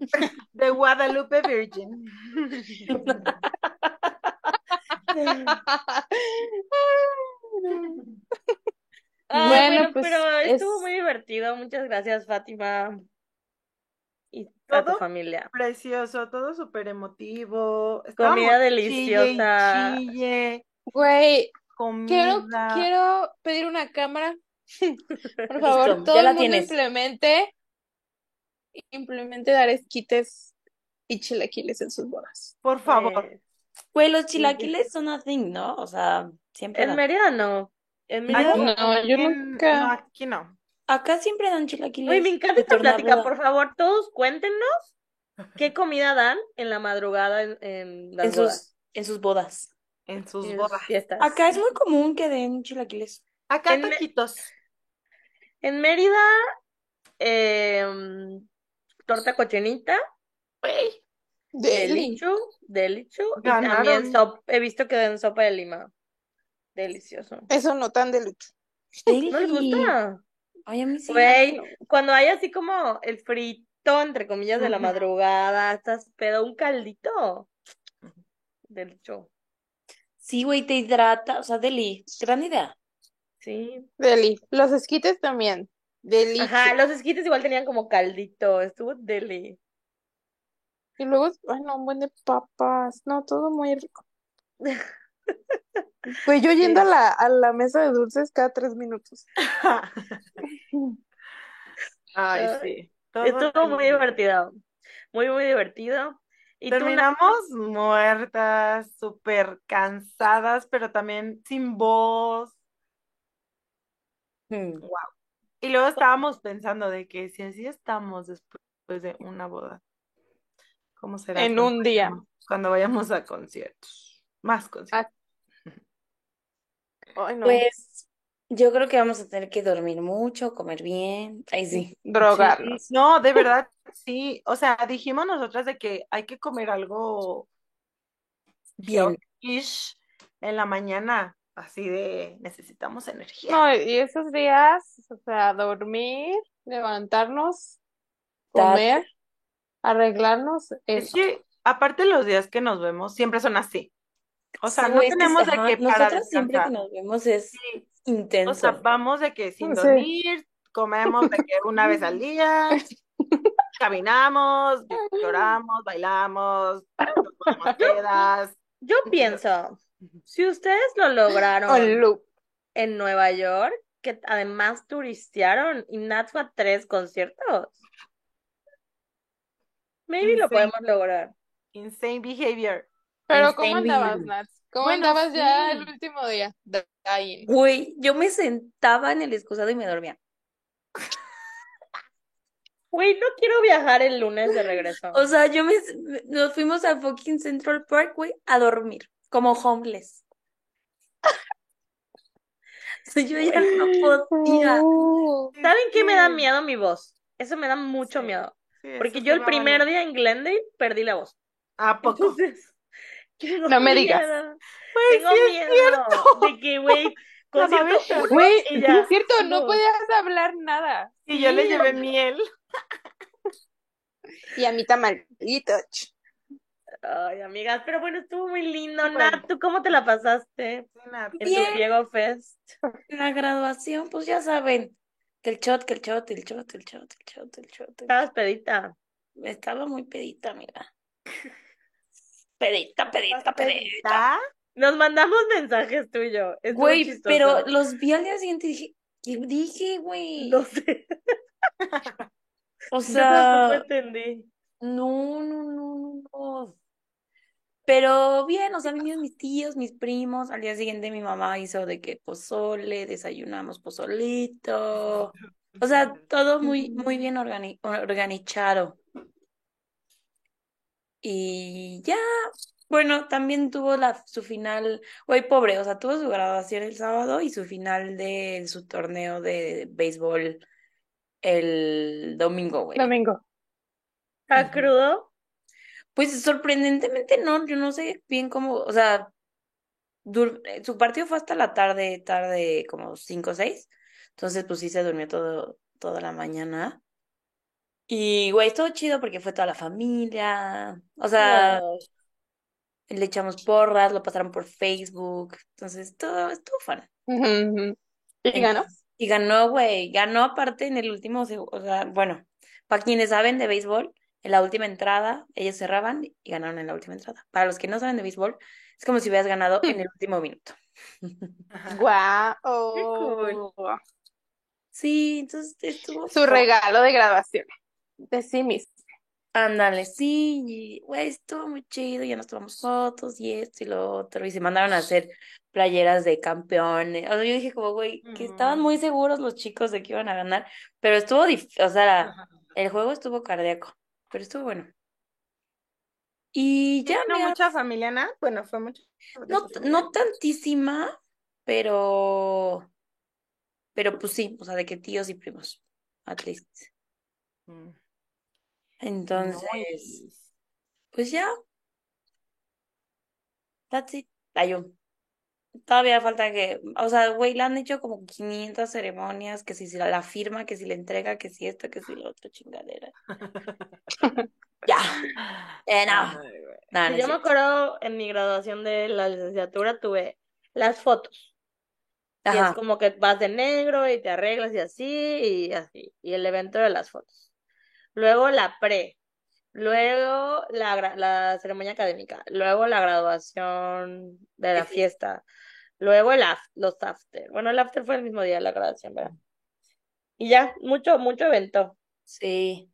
[SPEAKER 5] de Guadalupe Virgin.
[SPEAKER 3] Ay,
[SPEAKER 4] Bueno,
[SPEAKER 3] bueno,
[SPEAKER 4] pues
[SPEAKER 3] Ah, pero
[SPEAKER 4] es
[SPEAKER 3] estuvo muy divertido. Muchas gracias, Fátima. Y a tu
[SPEAKER 5] Todo
[SPEAKER 3] familia.
[SPEAKER 5] precioso, todo súper emotivo. Estábamos
[SPEAKER 3] Comida
[SPEAKER 5] chille y
[SPEAKER 3] deliciosa.
[SPEAKER 5] chille,
[SPEAKER 4] güey,
[SPEAKER 5] Mm,
[SPEAKER 4] quiero
[SPEAKER 5] comida.
[SPEAKER 4] quiero pedir una cámara. Por
[SPEAKER 2] Listo,
[SPEAKER 4] favor, todo
[SPEAKER 2] ya
[SPEAKER 4] el
[SPEAKER 2] la
[SPEAKER 4] mundo
[SPEAKER 2] tienes.
[SPEAKER 4] implemente implemente dar esquites y chilaquiles en sus bodas.
[SPEAKER 5] Por favor.
[SPEAKER 3] Eh,
[SPEAKER 2] Pues los
[SPEAKER 3] sí, sí, sí.
[SPEAKER 2] chilaquiles son a thing, ¿no? O sea, siempre
[SPEAKER 3] En
[SPEAKER 2] dan.
[SPEAKER 3] Mérida no. En Mérida
[SPEAKER 5] Aquí,
[SPEAKER 3] no.
[SPEAKER 4] No, yo
[SPEAKER 5] en- no,
[SPEAKER 4] nunca.
[SPEAKER 5] aquí no.
[SPEAKER 2] Acá siempre
[SPEAKER 3] Oye,
[SPEAKER 2] dan
[SPEAKER 3] me
[SPEAKER 2] chilaquiles
[SPEAKER 3] encanta
[SPEAKER 2] de
[SPEAKER 3] esta plática.
[SPEAKER 2] tornaboda
[SPEAKER 3] Por favor, todos cuéntenos qué comida dan en la madrugada en, en las
[SPEAKER 2] en
[SPEAKER 3] bodas.
[SPEAKER 2] sus, en sus bodas.
[SPEAKER 5] En sus
[SPEAKER 3] en
[SPEAKER 5] bodas.
[SPEAKER 3] sus fiestas.
[SPEAKER 2] Acá es muy común que den chilaquiles.
[SPEAKER 5] Acá
[SPEAKER 3] En me-
[SPEAKER 5] taquitos.
[SPEAKER 3] En Mérida, em, torta cochinita,
[SPEAKER 5] Güey,
[SPEAKER 4] Deli.
[SPEAKER 3] delicho, delicho, y también
[SPEAKER 5] Ganaron.
[SPEAKER 3] sop, he visto que dan sopa de lima. Delicioso.
[SPEAKER 4] Eso no tan de lucho.
[SPEAKER 3] ¿No les
[SPEAKER 2] Deli.
[SPEAKER 3] gusta?
[SPEAKER 2] Ay, a mí sí.
[SPEAKER 3] Güey,
[SPEAKER 4] No.
[SPEAKER 3] cuando hay así como el frito, entre comillas, de la
[SPEAKER 5] Ujú.
[SPEAKER 3] madrugada, estás pedo, un caldito.
[SPEAKER 5] Ujú.
[SPEAKER 3] Delicho.
[SPEAKER 2] Sí, güey, te hidrata. O sea, deli. Gran idea.
[SPEAKER 3] Sí.
[SPEAKER 4] Deli. Los esquites también. Delicho.
[SPEAKER 3] Ajá, los esquites igual tenían como caldito, estuvo deli.
[SPEAKER 4] Y luego, bueno, un buen de papas. No, todo muy rico. Pues yo yendo a
[SPEAKER 3] Sí.
[SPEAKER 4] la, a la mesa de dulces cada tres minutos.
[SPEAKER 5] Ay,
[SPEAKER 3] Ay,
[SPEAKER 5] sí. Todo
[SPEAKER 3] Estuvo muy
[SPEAKER 5] delicioso.
[SPEAKER 3] divertido, muy, muy divertido. ¿Y tú, Nat?
[SPEAKER 5] Terminamos muertas, súper cansadas, pero también sin voz.
[SPEAKER 2] Hmm.
[SPEAKER 5] Guau. Y luego estábamos pensando de que si así estamos después de una boda, ¿cómo será
[SPEAKER 4] En
[SPEAKER 5] cuando
[SPEAKER 4] un día.
[SPEAKER 5] vayamos, cuando vayamos a conciertos? Más conciertos.
[SPEAKER 4] Ah, Ay, no.
[SPEAKER 2] Pues Yo creo que vamos a tener que dormir mucho, comer bien. Ahí sí.
[SPEAKER 4] Drogarnos.
[SPEAKER 5] Sí, no, de verdad, sí. O sea, dijimos nosotras de que hay que comer algo
[SPEAKER 2] Bien.
[SPEAKER 5] ish en la mañana, así de necesitamos energía.
[SPEAKER 4] No, y esos días, o sea, dormir, levantarnos, comer, arreglarnos,
[SPEAKER 5] es
[SPEAKER 4] eso.
[SPEAKER 5] que aparte los días que nos vemos siempre son así. O sea,
[SPEAKER 2] Sí,
[SPEAKER 5] no
[SPEAKER 2] es que
[SPEAKER 5] tenemos de
[SPEAKER 2] ajá,
[SPEAKER 5] que para
[SPEAKER 2] nosotras siempre que
[SPEAKER 5] descansar.
[SPEAKER 2] nos vemos es
[SPEAKER 5] Sí, o sea,
[SPEAKER 2] intenso.
[SPEAKER 5] vamos de que sin
[SPEAKER 4] Sí.
[SPEAKER 5] dormir, comemos de que una vez al día, caminamos, lloramos, bailamos, nos ponemos pedas.
[SPEAKER 3] Yo pienso, si ustedes lo
[SPEAKER 4] On
[SPEAKER 3] lograron
[SPEAKER 4] loop.
[SPEAKER 3] en Nueva York, que además turistearon y Nat fue a tres conciertos, maybe lo
[SPEAKER 5] Insane.
[SPEAKER 3] podemos lograr.
[SPEAKER 5] Insane behavior.
[SPEAKER 4] Pero
[SPEAKER 2] Insane
[SPEAKER 4] ¿cómo andabas,
[SPEAKER 2] behavior.
[SPEAKER 4] Nats? ¿Cómo
[SPEAKER 5] Bueno,
[SPEAKER 4] andabas ya
[SPEAKER 5] sí.
[SPEAKER 4] el último día? Dying.
[SPEAKER 2] Güey, yo me sentaba en el excusado y me dormía.
[SPEAKER 3] Güey, no quiero viajar el lunes de regreso.
[SPEAKER 2] O sea, yo me, nos fuimos a fucking Central Park, güey, a dormir, como homeless. O sea, yo ya no podía.
[SPEAKER 4] Uh,
[SPEAKER 3] ¿Saben qué me da
[SPEAKER 5] Sí.
[SPEAKER 3] miedo mi voz? Eso me da mucho
[SPEAKER 5] Sí.
[SPEAKER 3] miedo.
[SPEAKER 5] Sí,
[SPEAKER 3] Porque
[SPEAKER 5] eso
[SPEAKER 3] yo el
[SPEAKER 5] sí va,
[SPEAKER 3] primer
[SPEAKER 5] Vane.
[SPEAKER 3] día en Glendale perdí la voz.
[SPEAKER 5] ¿A poco?
[SPEAKER 3] Entonces, pues, tengo
[SPEAKER 4] No me digas.
[SPEAKER 3] miedo.
[SPEAKER 5] Güey,
[SPEAKER 3] Tengo
[SPEAKER 5] sí es
[SPEAKER 3] miedo
[SPEAKER 5] cierto.
[SPEAKER 3] de que, güey,
[SPEAKER 5] La
[SPEAKER 3] concierto
[SPEAKER 5] Mabel-
[SPEAKER 3] uno
[SPEAKER 4] Güey,
[SPEAKER 3] y ya.
[SPEAKER 4] es cierto, no
[SPEAKER 3] dos.
[SPEAKER 4] podías hablar nada.
[SPEAKER 5] Y yo le
[SPEAKER 3] Sí.
[SPEAKER 5] llevé miel.
[SPEAKER 4] Y a mí tamalito. ch.
[SPEAKER 3] Ay, amigas, pero bueno, estuvo muy lindo.
[SPEAKER 5] Bueno.
[SPEAKER 3] Nat, ¿tú cómo te la pasaste en tu
[SPEAKER 2] Bien.
[SPEAKER 3] Diego Fest?
[SPEAKER 2] La graduación, pues ya saben, que el shot, que el shot, el shot, el shot, el shot, el shot. el shot.
[SPEAKER 3] Estabas pedita.
[SPEAKER 2] Estaba muy pedita, mira. Pedita, pedita, pedita.
[SPEAKER 5] ¿Está?
[SPEAKER 3] Nos mandamos mensajes tú y yo. Estuvo
[SPEAKER 2] Güey,
[SPEAKER 3] chistoso.
[SPEAKER 2] pero los vi al día siguiente y dije, ¿qué dije, güey?
[SPEAKER 3] No sé.
[SPEAKER 2] O
[SPEAKER 3] Yo tampoco
[SPEAKER 2] sea,
[SPEAKER 3] entendí.
[SPEAKER 2] no, no, no, no, no. Pero bien, o sea, vinieron mis tíos, mis primos. Al día siguiente mi mamá hizo de que pozole, desayunamos pozolito. O sea, todo muy, muy bien organi- organizado. Y ya, bueno, también tuvo la, su final, güey, pobre, o sea, tuvo su graduación el sábado y su final de su torneo de béisbol el domingo, güey.
[SPEAKER 4] Domingo.
[SPEAKER 3] ¿Está
[SPEAKER 2] Ujú.
[SPEAKER 3] crudo?
[SPEAKER 2] Pues sorprendentemente no, yo no sé bien cómo, o sea, dur- eh, su partido fue hasta la tarde, tarde como cinco o seis, entonces pues sí se durmió todo, toda la mañana. Y, güey, estuvo chido porque fue toda la familia, o sea,
[SPEAKER 3] Ay,
[SPEAKER 2] le echamos porras, lo pasaron por Facebook, entonces todo estuvo fun.
[SPEAKER 4] Ujú. ¿Y ganó?
[SPEAKER 2] Entonces, y ganó, güey, ganó aparte en el último, seg- o sea, bueno, para quienes saben de béisbol, en la última entrada, ellos cerraban y ganaron en la última entrada. Para los que no saben de béisbol, es como si hubieras ganado en el último minuto.
[SPEAKER 4] Guau.
[SPEAKER 3] qué cool.
[SPEAKER 2] Sí, entonces estuvo
[SPEAKER 4] Su
[SPEAKER 2] fun.
[SPEAKER 4] regalo de graduación. De sí mismo.
[SPEAKER 2] Ándale, sí, y, güey, estuvo muy chido, ya nos tomamos fotos y esto y lo otro, y se mandaron a hacer playeras de campeones. O sea, yo dije como, güey, que estaban muy seguros los chicos de que iban a ganar, pero estuvo difícil, o sea, la- el juego estuvo cardíaco, pero estuvo bueno. Y ya,
[SPEAKER 5] ¿No
[SPEAKER 2] mira,
[SPEAKER 5] mucha familia, Nat? Bueno, fue mucho.
[SPEAKER 2] no, t- no tantísima, pero, pero pues sí, o sea, de que tíos y primos, at least.
[SPEAKER 5] Mm.
[SPEAKER 2] Entonces,
[SPEAKER 5] Nice.
[SPEAKER 2] pues ya, that's it, ayú. Todavía falta que, o sea, güey, le han hecho como 500 ceremonias, que si se la, la firma, que si la entrega, que si esto, que si lo otro, chingadera. Ya, eh, no,
[SPEAKER 5] Mm, Ay, güey.
[SPEAKER 2] Ah, no, no
[SPEAKER 3] Sí, Pues yo me
[SPEAKER 2] es cierto.
[SPEAKER 3] acuerdo en mi graduación de la licenciatura tuve las fotos. Y es
[SPEAKER 2] Ajá,
[SPEAKER 3] como que vas de negro y te arreglas y así y así. Y el evento de las fotos. Luego la pre. Luego la, gra- la ceremonia académica. Luego la graduación de la
[SPEAKER 2] qué fiesta.
[SPEAKER 3] fiesta. Luego el af- los after. Bueno, el after fue el mismo día de la graduación, ¿verdad? Y ya, mucho, mucho evento.
[SPEAKER 2] Sí.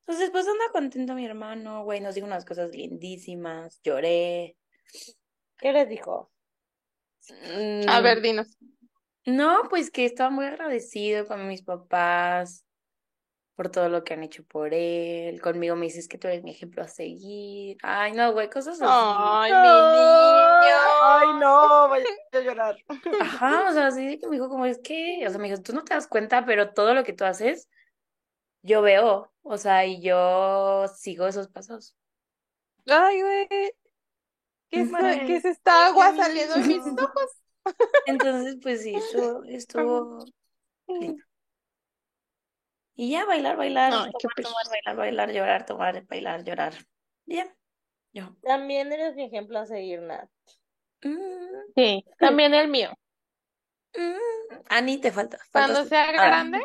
[SPEAKER 2] Entonces, pues anda contento mi hermano, güey, nos dijo unas cosas lindísimas, lloré.
[SPEAKER 3] ¿Qué les dijo?
[SPEAKER 4] A
[SPEAKER 2] Mm,
[SPEAKER 4] ver, dinos.
[SPEAKER 2] no, pues que estaba muy agradecido con mis papás, por todo lo que han hecho por él. Conmigo me dices que tú eres mi ejemplo a seguir. Ay, no, güey, cosas así.
[SPEAKER 4] Ay, mi niño.
[SPEAKER 5] Ay, no, voy a llorar.
[SPEAKER 2] Ajá, o sea, así de que me dijo como es que, o sea, me dijo, tú no te das cuenta, pero todo lo que tú haces, yo veo, o sea, y yo sigo esos pasos.
[SPEAKER 4] Ay, güey. ¿Qué es,
[SPEAKER 2] Ay.
[SPEAKER 4] qué es esta agua
[SPEAKER 5] Ay,
[SPEAKER 4] saliendo de mis
[SPEAKER 5] no.
[SPEAKER 4] ojos?
[SPEAKER 2] Entonces, pues sí, estuvo, estuvo lindo. Y ya bailar, bailar,
[SPEAKER 4] Ay, qué
[SPEAKER 2] tomar,
[SPEAKER 4] precioso.
[SPEAKER 2] tomar, bailar, bailar, llorar, tomar, bailar, llorar. Ya. Yo.
[SPEAKER 3] También eres mi ejemplo a seguir, Nat.
[SPEAKER 2] Mm,
[SPEAKER 4] Sí, también el mío.
[SPEAKER 2] mm. Ani, te falta.
[SPEAKER 4] Cuando
[SPEAKER 2] faltas
[SPEAKER 4] Ah.
[SPEAKER 2] tú.
[SPEAKER 4] sea
[SPEAKER 2] Ahora.
[SPEAKER 4] grande,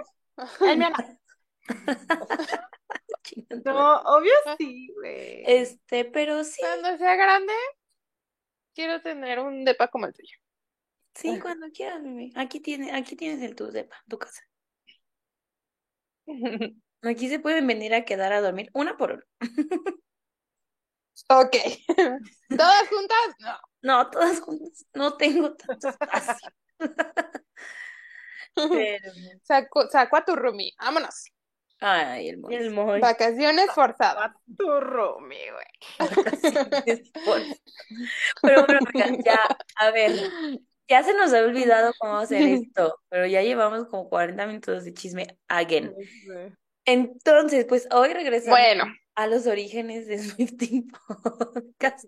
[SPEAKER 4] el mío no.
[SPEAKER 2] Chinga tu madre.
[SPEAKER 5] No, obvio sí, güey.
[SPEAKER 2] Este, pero sí,
[SPEAKER 4] Cuando sea grande, quiero tener un depa como el tuyo.
[SPEAKER 2] sí, cuando quieras, bebé. Aquí tiene, aquí tienes el tu depa, tu casa. Aquí se pueden venir a quedar a dormir una por una.
[SPEAKER 4] Ok. ¿Todas juntas? No.
[SPEAKER 2] No, todas juntas. No tengo tanto espacio. Pero,
[SPEAKER 4] Saco, saco a tu roomie. Vámonos.
[SPEAKER 2] ay, el
[SPEAKER 4] Pues,
[SPEAKER 3] El
[SPEAKER 2] monstruo.
[SPEAKER 3] Moy.
[SPEAKER 4] Vacaciones forzadas.
[SPEAKER 5] Tu Romy, güey.
[SPEAKER 2] Vacaciones, por favor. Pero bueno, oigan, ya, a ver, ya se nos ha olvidado cómo hacer esto, pero ya llevamos como 40 minutos de chisme again. Entonces, pues hoy regresamos
[SPEAKER 4] Bueno,
[SPEAKER 2] a los orígenes de Swifting Podcast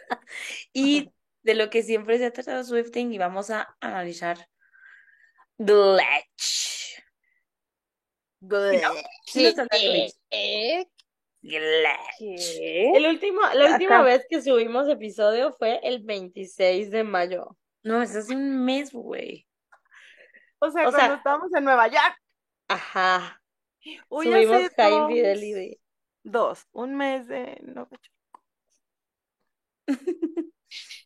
[SPEAKER 2] y de lo que siempre se ha tratado Swifting y vamos a analizar Glitch. Glitch. Sí
[SPEAKER 4] ¿qué?
[SPEAKER 2] nos habla Glitch.
[SPEAKER 4] eh,
[SPEAKER 2] Glitch.
[SPEAKER 4] ¿Qué?
[SPEAKER 3] El último, la última
[SPEAKER 4] Acá.
[SPEAKER 3] vez que subimos episodio fue el 26 de mayo.
[SPEAKER 2] No, eso es un mes, güey.
[SPEAKER 5] O sea,
[SPEAKER 3] O sea-
[SPEAKER 5] cuando estábamos en Nueva York.
[SPEAKER 3] Ajá.
[SPEAKER 5] Uy,
[SPEAKER 3] subimos
[SPEAKER 5] hace
[SPEAKER 3] High
[SPEAKER 5] dos-
[SPEAKER 3] Infidelity.
[SPEAKER 5] Dos, un mes de no.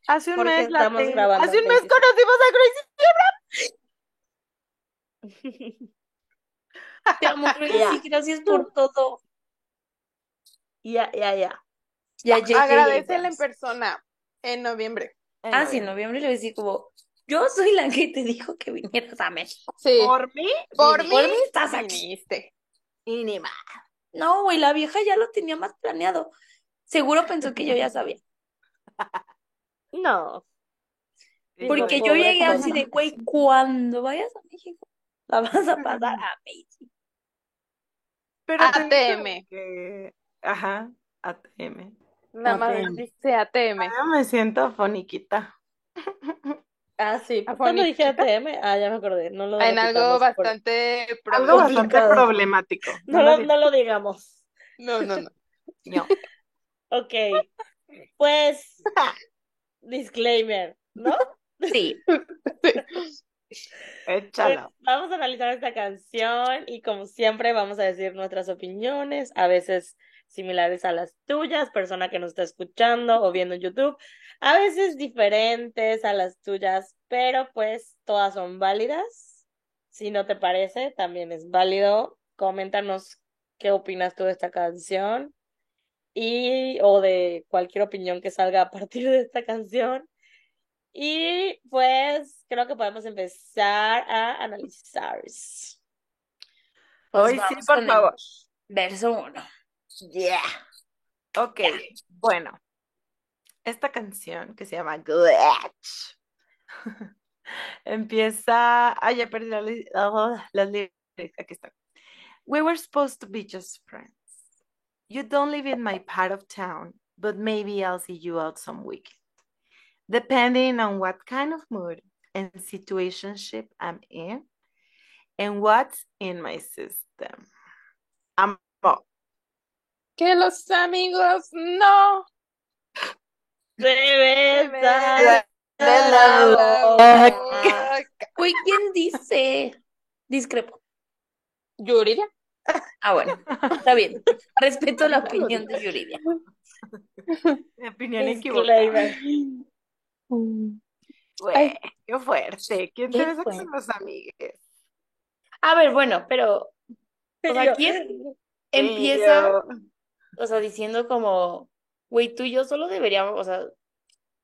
[SPEAKER 5] Hace un
[SPEAKER 3] Porque
[SPEAKER 5] mes la
[SPEAKER 3] estamos
[SPEAKER 5] tengo.
[SPEAKER 3] grabando
[SPEAKER 5] Hace un
[SPEAKER 3] el
[SPEAKER 5] mes
[SPEAKER 3] 26.
[SPEAKER 5] conocimos a Gracie.
[SPEAKER 2] Te amo, Gracie,
[SPEAKER 3] Ya.
[SPEAKER 2] gracias Ah, por todo.
[SPEAKER 3] Ya, ya, ya.
[SPEAKER 2] Ya llegué.
[SPEAKER 4] Agradecele en
[SPEAKER 2] Abrams.
[SPEAKER 4] persona en noviembre.
[SPEAKER 2] Ah, sí, en noviembre le decía como, yo soy la que te dijo que vinieras a México.
[SPEAKER 4] Sí.
[SPEAKER 5] Por mí,
[SPEAKER 2] Por
[SPEAKER 4] Por mí,
[SPEAKER 2] mí estás aquí.
[SPEAKER 4] viniste.
[SPEAKER 5] y ni más.
[SPEAKER 2] No, güey, la vieja ya lo tenía más planeado. Seguro pensó que yo ya sabía.
[SPEAKER 3] No.
[SPEAKER 5] Dijo,
[SPEAKER 2] Porque yo
[SPEAKER 3] pobre
[SPEAKER 2] llegué así
[SPEAKER 3] cosa.
[SPEAKER 2] de, güey, cuando vayas a México, la vas a pasar a México.
[SPEAKER 5] Pero te digo
[SPEAKER 4] ATM.
[SPEAKER 5] que- Ajá, ATM.
[SPEAKER 4] Nada más
[SPEAKER 2] ATM.
[SPEAKER 4] dice ATM.
[SPEAKER 5] Ya me siento foniquita.
[SPEAKER 3] Ah, sí.
[SPEAKER 4] Ah,
[SPEAKER 3] Cuando dije
[SPEAKER 4] bonita.
[SPEAKER 3] ATM, ah, ya me acordé. No lo
[SPEAKER 4] En algo
[SPEAKER 3] repitamos por-
[SPEAKER 4] bastante
[SPEAKER 5] Algo bastante
[SPEAKER 3] Complicado.
[SPEAKER 5] problemático.
[SPEAKER 3] No
[SPEAKER 5] lo
[SPEAKER 3] lo,
[SPEAKER 5] digo.
[SPEAKER 3] no lo digamos.
[SPEAKER 4] No, no, no.
[SPEAKER 5] No.
[SPEAKER 3] Ok. Pues, disclaimer, ¿no?
[SPEAKER 2] Sí,
[SPEAKER 3] Pues,
[SPEAKER 5] Échalo.
[SPEAKER 3] vamos a analizar esta canción y como siempre vamos a decir nuestras opiniones, a veces similares a las tuyas, persona que nos está escuchando o viendo en YouTube, a veces diferentes a las tuyas, pero pues todas son válidas. Si no te parece, también es válido. Coméntanos qué opinas tú de esta canción y o de cualquier opinión que salga a partir de esta canción. Y pues creo que podemos empezar a analizar.
[SPEAKER 2] pues
[SPEAKER 5] Hoy sí,
[SPEAKER 2] vamos
[SPEAKER 5] por
[SPEAKER 2] con el
[SPEAKER 5] favor.
[SPEAKER 2] verso uno.
[SPEAKER 5] Yeah. Ok, bueno. Esta canción que se llama Glitch empieza. Ah, ya perdí la li- oh, las lyrics. Aquí está. We were supposed to be just friends. You don't live in my part of town, but maybe I'll see you out some weekend. Depending on what kind of mood and situationship I'm in and what's in my system. Amo.
[SPEAKER 4] Que los amigos no.
[SPEAKER 3] Rebeca.
[SPEAKER 5] De la
[SPEAKER 4] boca.
[SPEAKER 2] Güey, ¿quién dice? Discrepo.
[SPEAKER 4] Yuridia.
[SPEAKER 2] Ah, bueno, está bien. Respeto la opinión de Yuridia.
[SPEAKER 5] Mi opinión equivocada.
[SPEAKER 3] Disclaimer.
[SPEAKER 5] Güey, qué fuerte. ¿Quién
[SPEAKER 2] Qué
[SPEAKER 5] te besa
[SPEAKER 2] fuerte.
[SPEAKER 5] con los amigues?
[SPEAKER 2] A ver, bueno, pero, o sea,
[SPEAKER 3] Yo-
[SPEAKER 2] ¿quién empieza? o sea, diciendo como, güey, tú y yo solo deberíamos, o sea,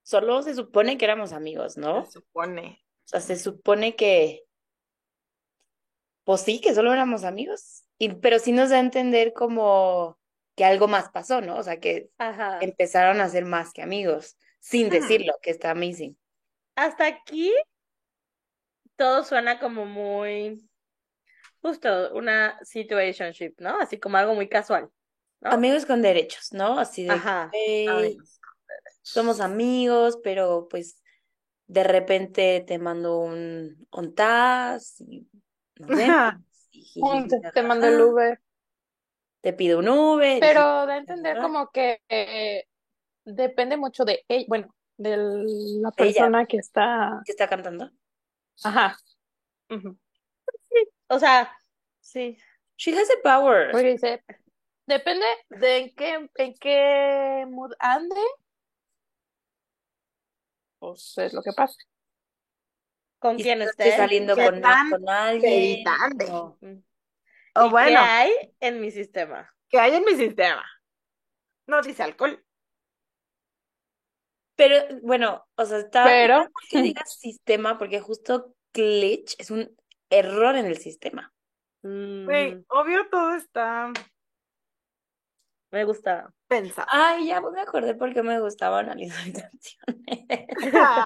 [SPEAKER 2] solo se supone que éramos amigos, ¿no?
[SPEAKER 5] Se
[SPEAKER 2] O
[SPEAKER 5] supone.
[SPEAKER 2] sea, se supone que, pues sí, que solo éramos amigos. Y, pero sí nos da a entender como que algo más pasó, ¿no? O sea, que
[SPEAKER 3] Ajá.
[SPEAKER 2] empezaron a ser más que amigos, sin
[SPEAKER 5] Ajá.
[SPEAKER 2] decirlo, que está amazing.
[SPEAKER 3] Hasta aquí todo suena como muy justo una situationship, ¿no? Así como algo muy casual. ¿no?
[SPEAKER 2] Amigos con derechos, ¿no? Así de,
[SPEAKER 3] Ajá.
[SPEAKER 2] "Hey,
[SPEAKER 5] Amigos.
[SPEAKER 2] somos amigos, pero pues de repente te mando un ontas y nos vemos,
[SPEAKER 5] Ajá.
[SPEAKER 2] y
[SPEAKER 4] Un-
[SPEAKER 2] jijiji,
[SPEAKER 4] Te mando el
[SPEAKER 2] jajaja,
[SPEAKER 4] Uber.
[SPEAKER 2] te pido un Uber. y
[SPEAKER 4] Pero da a entender
[SPEAKER 2] jajaja.
[SPEAKER 4] como que eh, depende mucho de ella, bueno, de
[SPEAKER 2] Ella.
[SPEAKER 4] la persona que está.
[SPEAKER 2] ¿Qué está cantando?
[SPEAKER 4] Ajá.
[SPEAKER 3] O sea, sí.
[SPEAKER 2] She has the power.
[SPEAKER 4] Porque dice, depende de en qué, en qué mood ande. Pues es lo que pasa.
[SPEAKER 3] ¿Con
[SPEAKER 2] Y
[SPEAKER 3] quién
[SPEAKER 2] si no
[SPEAKER 3] esté?
[SPEAKER 2] estoy saliendo
[SPEAKER 5] ¿Qué
[SPEAKER 2] con,
[SPEAKER 5] tan
[SPEAKER 2] con alguien.
[SPEAKER 5] peditante?
[SPEAKER 2] no.
[SPEAKER 5] O
[SPEAKER 3] ¿Y qué
[SPEAKER 5] bueno,
[SPEAKER 3] hay en mi sistema?
[SPEAKER 5] que hay en mi sistema. No dice alcohol.
[SPEAKER 2] Pero bueno, o sea, está
[SPEAKER 4] Pero-
[SPEAKER 2] está mal que digas sistema, porque justo glitch es un error en el sistema.
[SPEAKER 5] Güey,
[SPEAKER 3] Mm,
[SPEAKER 5] obvio todo está
[SPEAKER 3] me gusta.
[SPEAKER 5] pensado.
[SPEAKER 2] Ay, ya me acordé por qué me gustaba analizar canciones.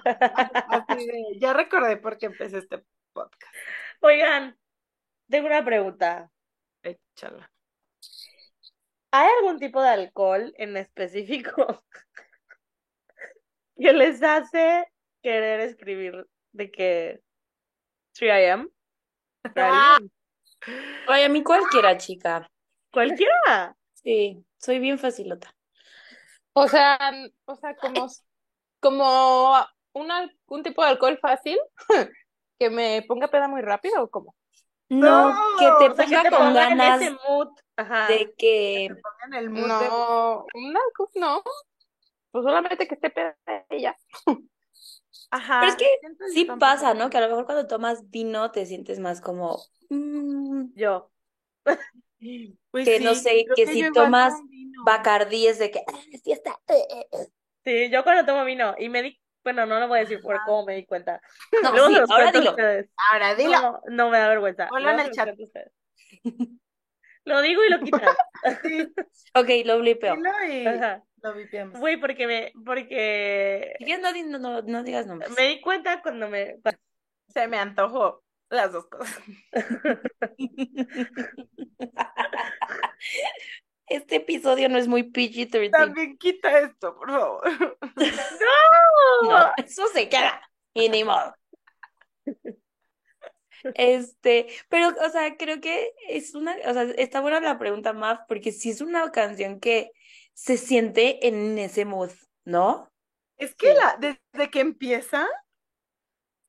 [SPEAKER 5] Así de, ya recordé por qué empecé este podcast.
[SPEAKER 3] Oigan, tengo una pregunta.
[SPEAKER 5] Échala.
[SPEAKER 3] ¿Hay algún tipo de alcohol en específico que les hace querer escribir de que 3am?
[SPEAKER 2] Ah. Ay, a mí cualquiera, chica.
[SPEAKER 3] Cualquiera.
[SPEAKER 2] Sí, soy bien facilota.
[SPEAKER 4] O sea, n- o sea, como, s- como un, al- un tipo de alcohol fácil que me ponga peda muy rápido o como.
[SPEAKER 2] No,
[SPEAKER 5] No,
[SPEAKER 2] que te
[SPEAKER 5] o
[SPEAKER 3] O sea, que
[SPEAKER 2] ponga
[SPEAKER 3] te
[SPEAKER 2] con
[SPEAKER 3] ponga en
[SPEAKER 2] ganas
[SPEAKER 3] ese mood. Ajá.
[SPEAKER 2] de que
[SPEAKER 5] En el mood de-
[SPEAKER 4] No, un alcohol no. Pues solamente que esté peda ella.
[SPEAKER 5] Ajá.
[SPEAKER 2] Pero es que
[SPEAKER 5] siento yo
[SPEAKER 2] sí
[SPEAKER 5] tampoco.
[SPEAKER 2] pasa, ¿no? Que a lo mejor cuando tomas vino te sientes más como, mm,
[SPEAKER 3] Yo.
[SPEAKER 5] Pues
[SPEAKER 2] que no
[SPEAKER 5] sí,
[SPEAKER 2] sé,
[SPEAKER 5] creo
[SPEAKER 2] que
[SPEAKER 5] que
[SPEAKER 2] si
[SPEAKER 5] yo igual
[SPEAKER 2] tomas
[SPEAKER 5] con vino.
[SPEAKER 2] Bacardí es de que, ah, fiesta. eh, eh, eh".
[SPEAKER 3] Sí, yo cuando tomo vino y me di, bueno, no lo voy a decir por cómo me di cuenta.
[SPEAKER 2] No,
[SPEAKER 3] Luego
[SPEAKER 2] sí,
[SPEAKER 3] se los
[SPEAKER 2] ahora
[SPEAKER 3] cuento a
[SPEAKER 2] dilo.
[SPEAKER 3] ustedes.
[SPEAKER 5] Ahora dilo.
[SPEAKER 3] No, no me da vergüenza.
[SPEAKER 5] Ponlo
[SPEAKER 3] Luego
[SPEAKER 5] en
[SPEAKER 3] se
[SPEAKER 5] el
[SPEAKER 3] los
[SPEAKER 5] chat.
[SPEAKER 3] cuento a ustedes. Lo digo y lo quitas.
[SPEAKER 5] Sí,
[SPEAKER 2] Ok, lo blipeo.
[SPEAKER 5] dilo y
[SPEAKER 3] Ajá.
[SPEAKER 5] lo vipiamos.
[SPEAKER 3] Güey, porque me, porque
[SPEAKER 2] Si quieres, no, di- no, no- no digas nombres.
[SPEAKER 3] me di cuenta cuando me,
[SPEAKER 5] Se me antojó las dos cosas.
[SPEAKER 2] Este episodio no es muy PG-13.
[SPEAKER 5] También quita esto, por favor.
[SPEAKER 2] No, eso se queda. Y ni modo. Este, pero, o sea, creo que es una, o sea, está buena la pregunta, Maf, porque sí es una canción que se siente en ese mood, ¿no?
[SPEAKER 5] Es que la, desde que empieza,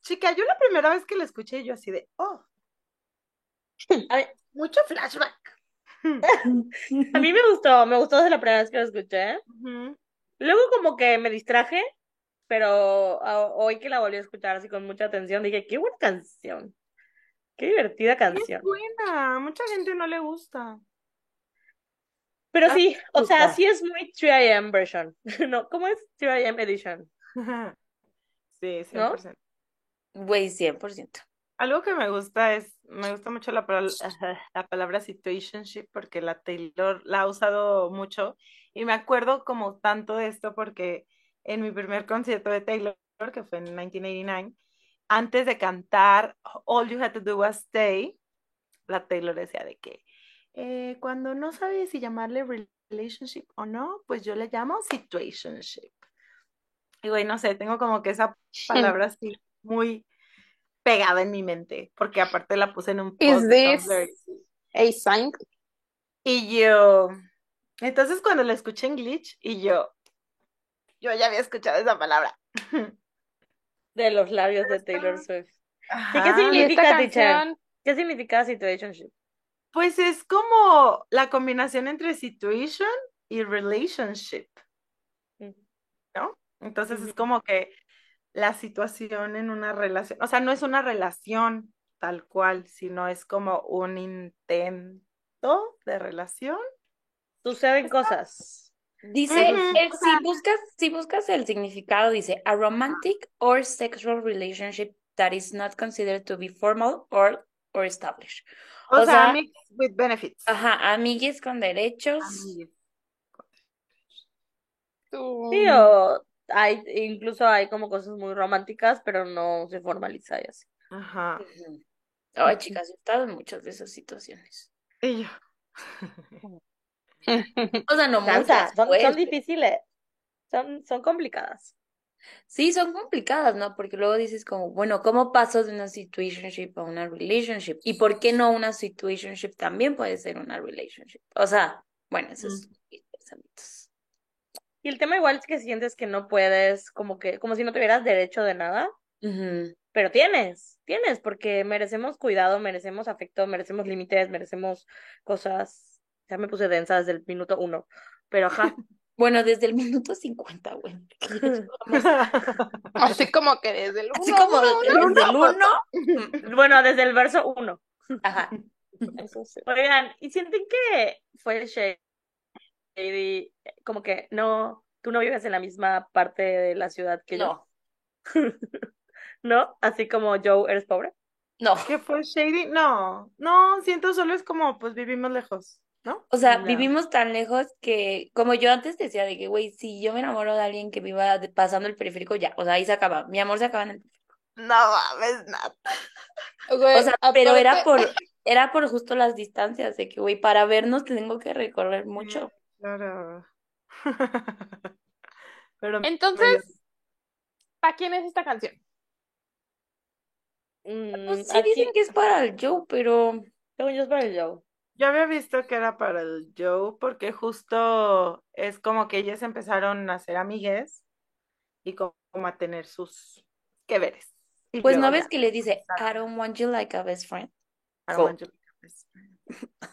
[SPEAKER 5] chica, yo la primera vez que la escuché, yo así de, oh,
[SPEAKER 3] a mí,
[SPEAKER 5] mucho flashback.
[SPEAKER 3] a mí me gustó, me gustó desde la primera vez que lo escuché.
[SPEAKER 5] Ujú.
[SPEAKER 3] Luego como que me distraje, pero a- hoy que la volví a escuchar así con mucha atención, dije, qué buena canción, qué divertida canción.
[SPEAKER 5] Buena, mucha gente no le gusta.
[SPEAKER 3] Pero
[SPEAKER 2] Ah,
[SPEAKER 3] sí, o sea,
[SPEAKER 2] justo.
[SPEAKER 3] sí es muy 3am version. No, ¿cómo es 3am edition?
[SPEAKER 5] Sí,
[SPEAKER 3] ¿No?
[SPEAKER 5] 100%.
[SPEAKER 2] Güey, 100%.
[SPEAKER 5] Algo que me gusta es, me gusta mucho la, pal- la palabra situationship porque la Taylor la ha usado mucho y me acuerdo como tanto de esto porque en mi primer concierto de Taylor, que fue en 1989, antes de cantar All You Had to Do Was Stay, la Taylor decía de que eh, cuando no sabe si llamarle relationship o no, pues yo le llamo situationship. Y güey, no sé, tengo como que esa palabra así muy pegada en mi mente, porque aparte la puse en un
[SPEAKER 4] Is
[SPEAKER 5] post de Tumblr.
[SPEAKER 4] this a sign?
[SPEAKER 5] Y yo, entonces cuando la escuché en Glitch, y yo, yo ya había escuchado esa palabra.
[SPEAKER 3] De los labios de Taylor
[SPEAKER 5] está-
[SPEAKER 3] Swift. ¿Y qué
[SPEAKER 5] Ajá.
[SPEAKER 4] Y esta
[SPEAKER 3] significa, teacher?
[SPEAKER 4] canción,
[SPEAKER 3] ¿Qué significa situationship?
[SPEAKER 5] Pues es como la combinación entre situation y relationship,
[SPEAKER 3] Mm.
[SPEAKER 5] ¿no? Entonces es
[SPEAKER 3] Ujú.
[SPEAKER 5] como que la situación en una relación, o sea, no es una relación tal cual, sino es como un intento de relación.
[SPEAKER 3] Suceden cosas.
[SPEAKER 2] Dice,
[SPEAKER 5] Ujú,
[SPEAKER 2] eh,
[SPEAKER 5] o sea,
[SPEAKER 2] si buscas, si buscas el significado, dice a romantic or sexual relationship that is not considered to be formal or or established.
[SPEAKER 5] O,
[SPEAKER 2] O
[SPEAKER 5] sea,
[SPEAKER 2] sea,
[SPEAKER 5] amigues with benefits.
[SPEAKER 2] Ajá, amigues con derechos.
[SPEAKER 5] Amigues.
[SPEAKER 3] Sí, o hay, incluso hay como cosas muy románticas, pero no se formaliza y así.
[SPEAKER 5] Ajá.
[SPEAKER 2] Ujú. Ay, chicas, yo he estado en muchas de esas situaciones.
[SPEAKER 5] Y yo.
[SPEAKER 2] O sea, no
[SPEAKER 3] Cansa,
[SPEAKER 2] muchas,
[SPEAKER 3] son,
[SPEAKER 2] pues,
[SPEAKER 3] son
[SPEAKER 2] pero-
[SPEAKER 3] difíciles, son, son complicadas.
[SPEAKER 2] Sí, son complicadas, ¿no? Porque luego dices como, bueno, ¿cómo paso de una situationship a una relationship? ¿Y por qué no una situationship también puede ser una relationship? O sea, bueno, esos son mis pensamientos.
[SPEAKER 3] Y el tema igual es que sientes que no puedes, como que, como si no tuvieras derecho de nada,
[SPEAKER 2] Ujú.
[SPEAKER 3] pero tienes, tienes, porque merecemos cuidado, merecemos afecto, merecemos límites, merecemos cosas. Ya me puse densa desde el minuto uno, pero ajá.
[SPEAKER 2] Bueno, desde el minuto 50, güey. Vamos,
[SPEAKER 4] Así como que desde el
[SPEAKER 2] Así
[SPEAKER 4] uno,
[SPEAKER 2] como
[SPEAKER 4] uno,
[SPEAKER 2] desde,
[SPEAKER 4] uno,
[SPEAKER 2] desde el
[SPEAKER 4] uno.
[SPEAKER 2] uno,
[SPEAKER 3] Bueno, desde el verso uno.
[SPEAKER 2] ajá.
[SPEAKER 4] Eso sí.
[SPEAKER 3] Oigan, ¿y sienten que fue shady? Como que no, tú no vives en la misma parte de la ciudad que yo.
[SPEAKER 2] No,
[SPEAKER 3] ¿No? Así como Joe, eres pobre.
[SPEAKER 2] no.
[SPEAKER 5] ¿Qué fue Shady? No, no, siento solo es como, pues vivimos lejos, ¿no?
[SPEAKER 2] O sea,
[SPEAKER 5] Ya.
[SPEAKER 2] vivimos tan lejos que, como yo antes decía, de que, güey, si yo me enamoro de alguien que viva de- pasando el periférico, ya, o sea, ahí se acaba. Mi amor se acaba en el
[SPEAKER 5] No mames, nada.
[SPEAKER 2] O
[SPEAKER 4] Güey,
[SPEAKER 2] sea, pero era
[SPEAKER 4] Pues, aparte,
[SPEAKER 2] por, era por justo las distancias de que, güey, para vernos tengo que recorrer mucho.
[SPEAKER 5] Claro. Pero
[SPEAKER 4] entonces, ¿para quién es esta canción?
[SPEAKER 3] Mm,
[SPEAKER 2] Pues sí dicen
[SPEAKER 3] aquí,
[SPEAKER 2] que es para el Joe, pero
[SPEAKER 3] según yo es para el Joe.
[SPEAKER 5] yo había visto que era para el Joe porque justo es como que ellas empezaron a ser amigues y co- como a tener sus que veres. Y
[SPEAKER 2] pues no
[SPEAKER 5] luego
[SPEAKER 2] ves
[SPEAKER 5] ya
[SPEAKER 2] que le dice, I
[SPEAKER 5] empezaron
[SPEAKER 2] don't want you like a best friend.
[SPEAKER 5] a
[SPEAKER 2] Go.
[SPEAKER 5] manchar- pues,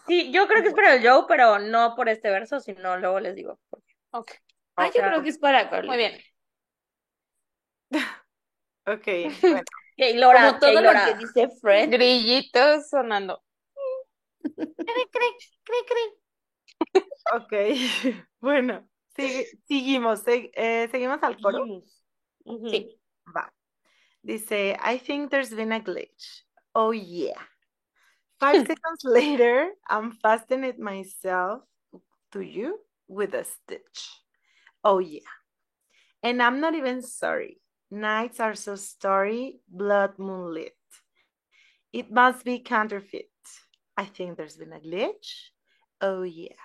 [SPEAKER 3] Sí, yo creo que es para el Joe, pero no por este verso, sino luego les digo.
[SPEAKER 4] Ok,
[SPEAKER 2] Ah, yo
[SPEAKER 5] ah,
[SPEAKER 2] creo que es para Carly.
[SPEAKER 4] muy bien.
[SPEAKER 5] ok, bueno.
[SPEAKER 3] Keylora,
[SPEAKER 2] Como todo lo que
[SPEAKER 3] Keylora.
[SPEAKER 2] dice Fred.
[SPEAKER 4] Grillitos sonando.
[SPEAKER 5] Ok, bueno, sigue- seguimos, se- eh, seguimos al coro.
[SPEAKER 3] Seguimos. Ujú.
[SPEAKER 2] Sí.
[SPEAKER 5] Va. Dice, I think there's been a glitch. Oh yeah. Five seconds later, I'm fastening it myself to you with a stitch. Oh yeah. And I'm not even sorry. Nights are so starry, blood moonlit. It must be counterfeit. I think there's been a glitch. Oh yeah.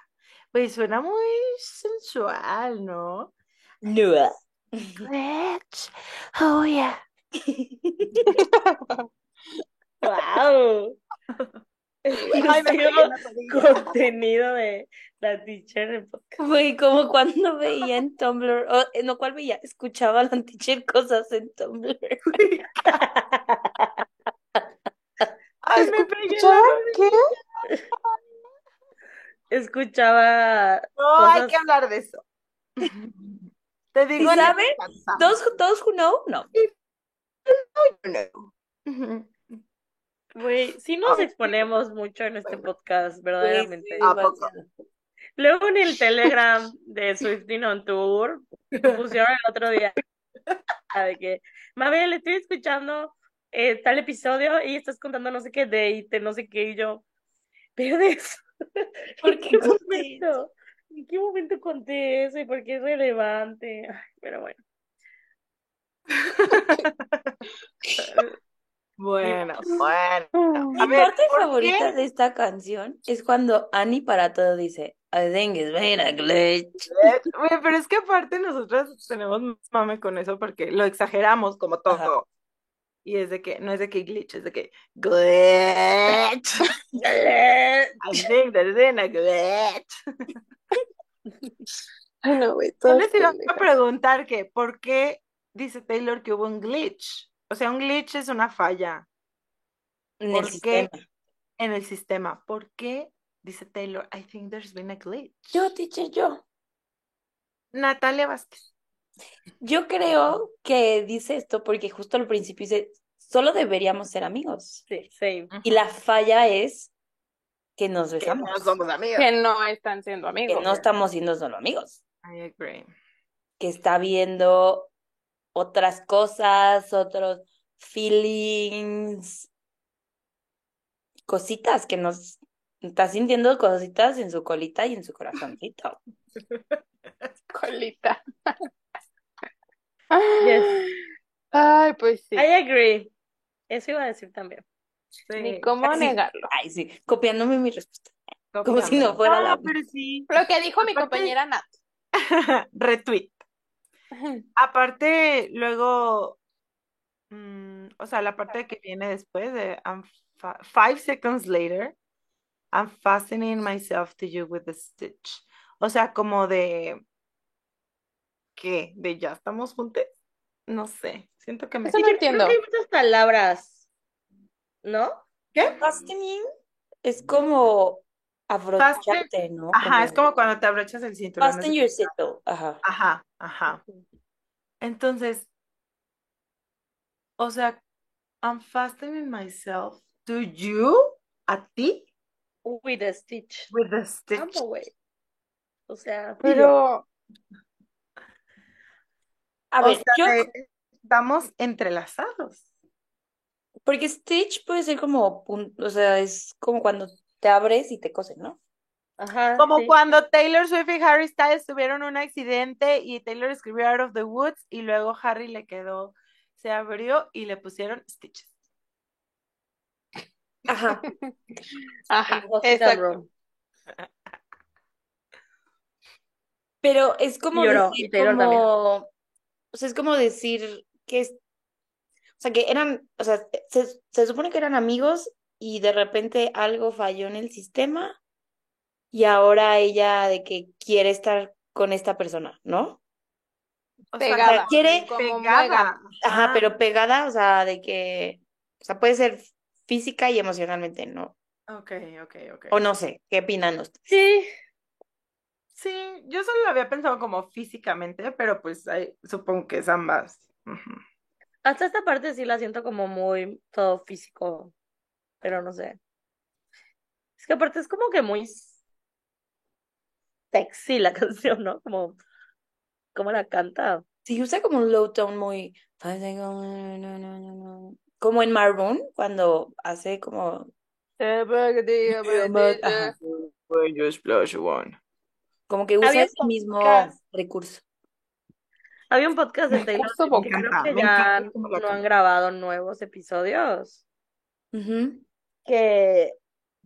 [SPEAKER 5] Pues suena muy sensual, ¿no?
[SPEAKER 2] No.
[SPEAKER 5] Glitch. Oh yeah.
[SPEAKER 3] ¡Wow!
[SPEAKER 5] Ay, me pegué en
[SPEAKER 3] Exclusivo
[SPEAKER 5] la rodilla.
[SPEAKER 3] contenido de la teacher pues, en podcast.
[SPEAKER 2] Güey, como cuando veía en Tumblr, o eh, no, ¿cuál veía? Escuchaba a la teacher cosas en Tumblr.
[SPEAKER 5] Ay, me pegué en la
[SPEAKER 4] ¿Escuchaba qué?
[SPEAKER 5] rodilla.
[SPEAKER 3] Escuchaba
[SPEAKER 5] No hay
[SPEAKER 3] cosas.
[SPEAKER 5] que hablar de eso. Te
[SPEAKER 2] ¿Y
[SPEAKER 5] digo en
[SPEAKER 2] saben?
[SPEAKER 5] el WhatsApp.
[SPEAKER 2] ¿Dos, dos who know? No.
[SPEAKER 5] Ujú.
[SPEAKER 3] Güey, sí nos
[SPEAKER 5] Ay,
[SPEAKER 3] exponemos mucho en este
[SPEAKER 5] bueno.
[SPEAKER 3] podcast,
[SPEAKER 2] Güey,
[SPEAKER 3] verdaderamente.
[SPEAKER 2] sí,
[SPEAKER 5] ¿A poco?
[SPEAKER 2] demasiado.
[SPEAKER 3] Luego en el Telegram de Swifting on Tour pusieron el otro día de que, Mabel, estoy escuchando eh, tal episodio y estás contando no sé qué de y te no sé qué y yo, pero de eso,
[SPEAKER 2] ¿Por
[SPEAKER 3] ¿en
[SPEAKER 2] qué
[SPEAKER 3] qué
[SPEAKER 2] conté eso?
[SPEAKER 3] momento? ¿En qué momento conté eso y por qué es relevante? Ay, pero bueno,
[SPEAKER 5] Bueno, bueno. A
[SPEAKER 2] Mi
[SPEAKER 5] ver,
[SPEAKER 2] parte
[SPEAKER 5] ¿por qué?
[SPEAKER 2] favorita de esta canción es cuando Annie para todo dice, I think it's been a glitch.
[SPEAKER 5] Güey, pero es que aparte nosotras tenemos mame con eso porque lo exageramos como
[SPEAKER 2] Ajá.
[SPEAKER 5] todo. Y es de que, no es de que glitch, es de que glitch. I think there's been a glitch.
[SPEAKER 4] Ay, no, güey,
[SPEAKER 5] Yo
[SPEAKER 4] todas
[SPEAKER 5] les iba a
[SPEAKER 4] pendejas.
[SPEAKER 5] preguntar que, ¿por qué dice Taylor que hubo un glitch? O sea, un glitch es una falla.
[SPEAKER 2] En el
[SPEAKER 5] ¿Por qué
[SPEAKER 2] sistema.
[SPEAKER 5] en el sistema? ¿Por qué dice Taylor? I think there's been a glitch.
[SPEAKER 2] Yo, teacher, yo.
[SPEAKER 5] Natalia Vázquez.
[SPEAKER 2] Yo creo que dice esto porque justo al principio dice, solo deberíamos ser amigos.
[SPEAKER 3] sí, same.
[SPEAKER 2] Y la falla es que nos
[SPEAKER 5] Que
[SPEAKER 2] besamos,
[SPEAKER 5] no somos amigos.
[SPEAKER 4] Que no están siendo
[SPEAKER 2] que
[SPEAKER 4] amigos.
[SPEAKER 2] no estamos siendo solo amigos,
[SPEAKER 5] I agree.
[SPEAKER 2] que está viendo otras cosas, otros feelings. cositas que nos está sintiendo cositas en su colita y en su corazoncito.
[SPEAKER 4] Colita.
[SPEAKER 3] Yes.
[SPEAKER 4] Ay, pues sí.
[SPEAKER 3] I agree. Eso iba a decir también.
[SPEAKER 4] Ni
[SPEAKER 5] Sí,
[SPEAKER 4] cómo
[SPEAKER 2] Ay, sí.
[SPEAKER 4] negarlo.
[SPEAKER 2] Ay, sí, copiándome mi respuesta. Como
[SPEAKER 5] cópiame.
[SPEAKER 2] si no fuera la.
[SPEAKER 5] Ah, pero sí.
[SPEAKER 4] Lo que dijo mi
[SPEAKER 5] Aparte-
[SPEAKER 4] compañera Nat.
[SPEAKER 5] Retweet. Aparte, luego, mm, o sea, la parte que viene después de I'm fi- five seconds later, I'm fastening myself to you with a stitch. O sea, como de ¿qué? De ya estamos juntos. No sé. Siento que me.
[SPEAKER 4] Eso no
[SPEAKER 3] Yo creo
[SPEAKER 4] entiendo.
[SPEAKER 3] que hay muchas palabras, ¿no?
[SPEAKER 5] ¿Qué?
[SPEAKER 2] Fastening es como abrocharte, ¿no?
[SPEAKER 5] Ajá, es como cuando te abrochas el cinturón.
[SPEAKER 2] Fasten
[SPEAKER 5] así.
[SPEAKER 2] your seatbelt. Ajá.
[SPEAKER 5] Ajá, ajá. Entonces, o sea, I'm fastening myself to you, a ti,
[SPEAKER 3] With a stitch.
[SPEAKER 5] with a stitch.
[SPEAKER 3] Vamos, güey. O sea,
[SPEAKER 4] Pero,
[SPEAKER 2] A
[SPEAKER 5] O
[SPEAKER 2] ver,
[SPEAKER 5] sea,
[SPEAKER 2] yo,
[SPEAKER 5] de- estamos entrelazados.
[SPEAKER 2] porque Stitch puede ser como, pun- o sea, es como cuando te abres y te cosen, ¿no?
[SPEAKER 3] ajá.
[SPEAKER 5] Como
[SPEAKER 3] sí.
[SPEAKER 5] cuando Taylor Swift y Harry Styles tuvieron un accidente y Taylor escribió Out of the Woods y luego Harry le quedó, se abrió y le pusieron stitches.
[SPEAKER 2] Ajá.
[SPEAKER 4] ajá,
[SPEAKER 3] En Gossip Girl.
[SPEAKER 4] exacto.
[SPEAKER 2] Pero es como
[SPEAKER 3] Lloró,
[SPEAKER 2] decir,
[SPEAKER 3] y Taylor también.
[SPEAKER 2] como, o sea, es como decir que es, o sea, que eran, o sea, se, se supone que eran amigos y de repente algo falló en el sistema y ahora ella de que quiere estar con esta persona, ¿no?
[SPEAKER 5] O
[SPEAKER 4] Pegada,
[SPEAKER 5] sea,
[SPEAKER 2] quiere-
[SPEAKER 4] como
[SPEAKER 5] pegada.
[SPEAKER 2] Ajá, pero pegada, o sea, de que, o sea, puede ser física y emocionalmente, ¿no?
[SPEAKER 5] Ok, ok, ok.
[SPEAKER 2] O no sé, ¿qué opinan ustedes?
[SPEAKER 3] Sí,
[SPEAKER 5] Sí, yo solo lo había pensado como físicamente, pero pues ahí supongo que es ambas. Ujú.
[SPEAKER 3] hasta esta parte sí la siento como muy todo físico, pero no sé. Es que aparte es como que muy sexy la canción, ¿no? Como, como la canta.
[SPEAKER 2] Sí, usa como un low tone muy, como en Maroon, cuando hace como Ajá.
[SPEAKER 4] Ajá.
[SPEAKER 2] Como que usa
[SPEAKER 3] Había
[SPEAKER 2] ese mismo
[SPEAKER 3] podcast.
[SPEAKER 2] recurso.
[SPEAKER 3] Había un podcast de Taylor
[SPEAKER 4] Su
[SPEAKER 5] Me
[SPEAKER 3] que
[SPEAKER 4] boca.
[SPEAKER 3] creo
[SPEAKER 5] encanta,
[SPEAKER 3] que
[SPEAKER 5] me
[SPEAKER 3] ya
[SPEAKER 5] encanta cómo la
[SPEAKER 3] no han
[SPEAKER 5] canta.
[SPEAKER 3] grabado nuevos episodios
[SPEAKER 2] Ujú.
[SPEAKER 3] que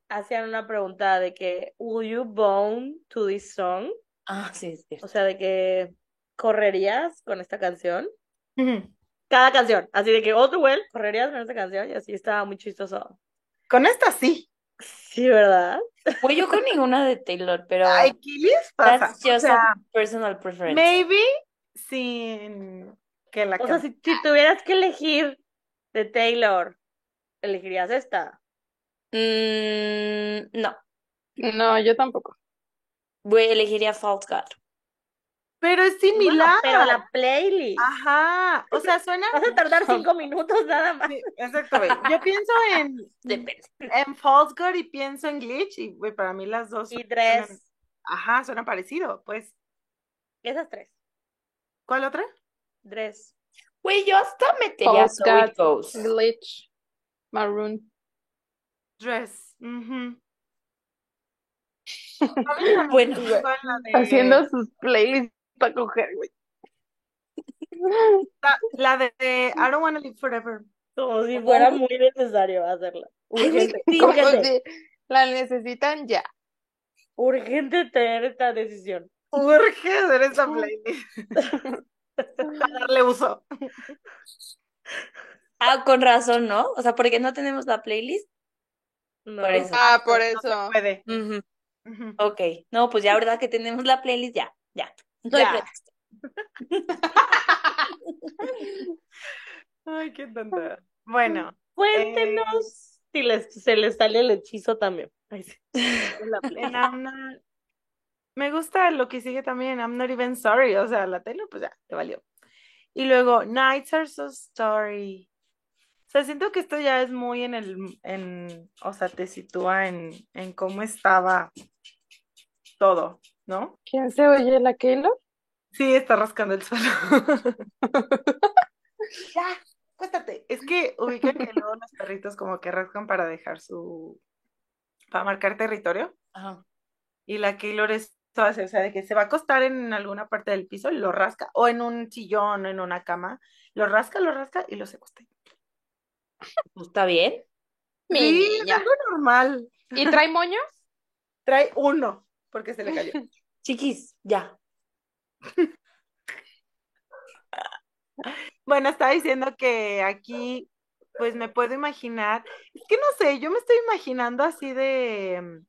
[SPEAKER 3] hacían una pregunta de que Will you bone to this song?
[SPEAKER 2] Ah, sí, es
[SPEAKER 3] O
[SPEAKER 2] cierto.
[SPEAKER 3] sea, de que correrías con esta canción.
[SPEAKER 5] Ujú.
[SPEAKER 3] Cada canción, así de que otro well, correrías con esta canción y así estaba muy chistoso.
[SPEAKER 5] Con esta sí.
[SPEAKER 3] Sí, ¿verdad?
[SPEAKER 2] Pues yo con ninguna de Taylor, pero
[SPEAKER 5] Ay, ¿qué les pasa?
[SPEAKER 2] that's
[SPEAKER 5] O
[SPEAKER 2] just
[SPEAKER 5] sea,
[SPEAKER 2] a personal preference.
[SPEAKER 5] maybe sin que la
[SPEAKER 3] O sea,
[SPEAKER 5] cante.
[SPEAKER 3] si, si tuvieras que elegir de Taylor, elegirías esta.
[SPEAKER 2] Mm, no,
[SPEAKER 4] No, yo tampoco.
[SPEAKER 2] voy, elegiría False God.
[SPEAKER 5] Pero es
[SPEAKER 3] Bueno,
[SPEAKER 5] similar.
[SPEAKER 3] pero la playlist.
[SPEAKER 5] Ajá. O sea, suena.
[SPEAKER 3] Vas a tardar cinco minutos nada más.
[SPEAKER 5] Sí, exacto, güey. Yo pienso en,
[SPEAKER 2] Depende.
[SPEAKER 5] en False God y pienso en Glitch. Y güey, para mí las dos.
[SPEAKER 3] Y
[SPEAKER 5] suenan-
[SPEAKER 3] tres.
[SPEAKER 5] Ajá, suena parecido. Pues,
[SPEAKER 3] Esas tres.
[SPEAKER 5] ¿cuál otra?
[SPEAKER 3] Tres.
[SPEAKER 2] Güey, yo hasta metería
[SPEAKER 4] False
[SPEAKER 2] So It
[SPEAKER 4] God.
[SPEAKER 2] Goes.
[SPEAKER 4] Glitch. Maroon.
[SPEAKER 5] Dress. Ujú. A mí también
[SPEAKER 2] Bueno.
[SPEAKER 5] me gustó la de-
[SPEAKER 4] Haciendo sus playlists para coger, güey.
[SPEAKER 5] La, la de, de I don't wanna live forever.
[SPEAKER 3] Como si
[SPEAKER 2] Ay,
[SPEAKER 3] fuera
[SPEAKER 2] güey.
[SPEAKER 3] muy necesario hacerla.
[SPEAKER 2] Ay, güey,
[SPEAKER 3] Urgente,
[SPEAKER 2] sí.
[SPEAKER 4] Como
[SPEAKER 3] urgente,
[SPEAKER 4] si la necesitan ya.
[SPEAKER 3] urgente tener esta decisión.
[SPEAKER 5] Urge hacer esa playlist. Para darle uso.
[SPEAKER 2] Ah, con razón, ¿no? O sea, porque no tenemos la playlist.
[SPEAKER 3] No.
[SPEAKER 2] Por eso.
[SPEAKER 4] Ah, por
[SPEAKER 5] No se
[SPEAKER 4] eso.
[SPEAKER 5] puede.
[SPEAKER 2] Ujú.
[SPEAKER 5] Ujú.
[SPEAKER 2] Ok. No, pues ya, ¿verdad? Que tenemos la playlist, ya, ya. No hay
[SPEAKER 5] Ya.
[SPEAKER 2] pretexto.
[SPEAKER 5] Ay, qué tonta. Bueno,
[SPEAKER 3] Cuéntenos Eh, si les, se les sale el hechizo también. Ay, sí. En la play.
[SPEAKER 5] en I'm not- me gusta lo que sigue también, I'm not even sorry, o sea, la Taylor, pues ya, te valió. Y luego, nights are so sorry. O sea, siento que esto ya es muy en el, en, o sea, te sitúa en, en cómo estaba todo, ¿no?
[SPEAKER 4] ¿Quién se oye la Kaylo?
[SPEAKER 5] Sí, está rascando el suelo. ya, cuéntate. Es que ubican que luego los perritos como que rascan para dejar su para marcar territorio.
[SPEAKER 2] Ajá.
[SPEAKER 5] Y la Keylor es toda, o sea, de que se va a acostar en alguna parte del piso y lo rasca, o en un sillón, en una cama, lo rasca, lo rasca y lo secuestra.
[SPEAKER 2] Pues ¿Está bien?
[SPEAKER 4] Mi
[SPEAKER 5] Sí, es
[SPEAKER 4] niña.
[SPEAKER 5] algo normal.
[SPEAKER 4] ¿Y trae moño?
[SPEAKER 5] Trae uno, porque se le cayó.
[SPEAKER 2] Chiquis, ya.
[SPEAKER 5] Bueno, estaba diciendo que aquí, pues me puedo imaginar, es que no sé, yo me estoy imaginando así de mm,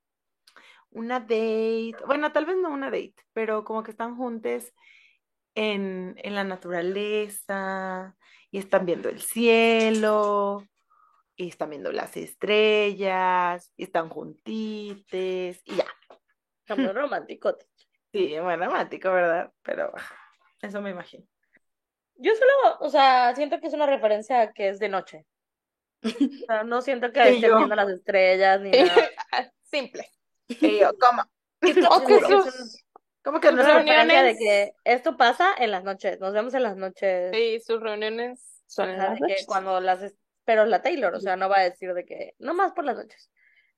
[SPEAKER 5] una date, bueno, tal vez no una date, pero como que están juntes en, en la naturaleza y están viendo el cielo y están viendo las estrellas y están juntites y ya.
[SPEAKER 3] Está muy romántico.
[SPEAKER 5] Sí, es muy dramático, ¿verdad? Pero ajá, eso me imagino.
[SPEAKER 3] Yo solo, o sea, siento que es una referencia a que es de noche. O sea, no siento que
[SPEAKER 5] Sí,
[SPEAKER 3] estén
[SPEAKER 5] yo.
[SPEAKER 3] viendo las estrellas ni nada.
[SPEAKER 4] Simple.
[SPEAKER 5] Y yo, ¿cómo?
[SPEAKER 3] Yo
[SPEAKER 4] O
[SPEAKER 3] siento
[SPEAKER 4] que
[SPEAKER 3] que es
[SPEAKER 4] sus-
[SPEAKER 3] un-
[SPEAKER 5] ¿Cómo que no
[SPEAKER 3] una
[SPEAKER 5] se
[SPEAKER 3] referencia de
[SPEAKER 4] reuniones.
[SPEAKER 3] que esto pasa en las noches. Nos vemos en las noches.
[SPEAKER 4] Sí, sus reuniones son en
[SPEAKER 3] Ajá,
[SPEAKER 4] las
[SPEAKER 3] de que
[SPEAKER 4] noches.
[SPEAKER 3] cuando las es- pero la Taylor, o sea, no va a decir de que no más por las noches,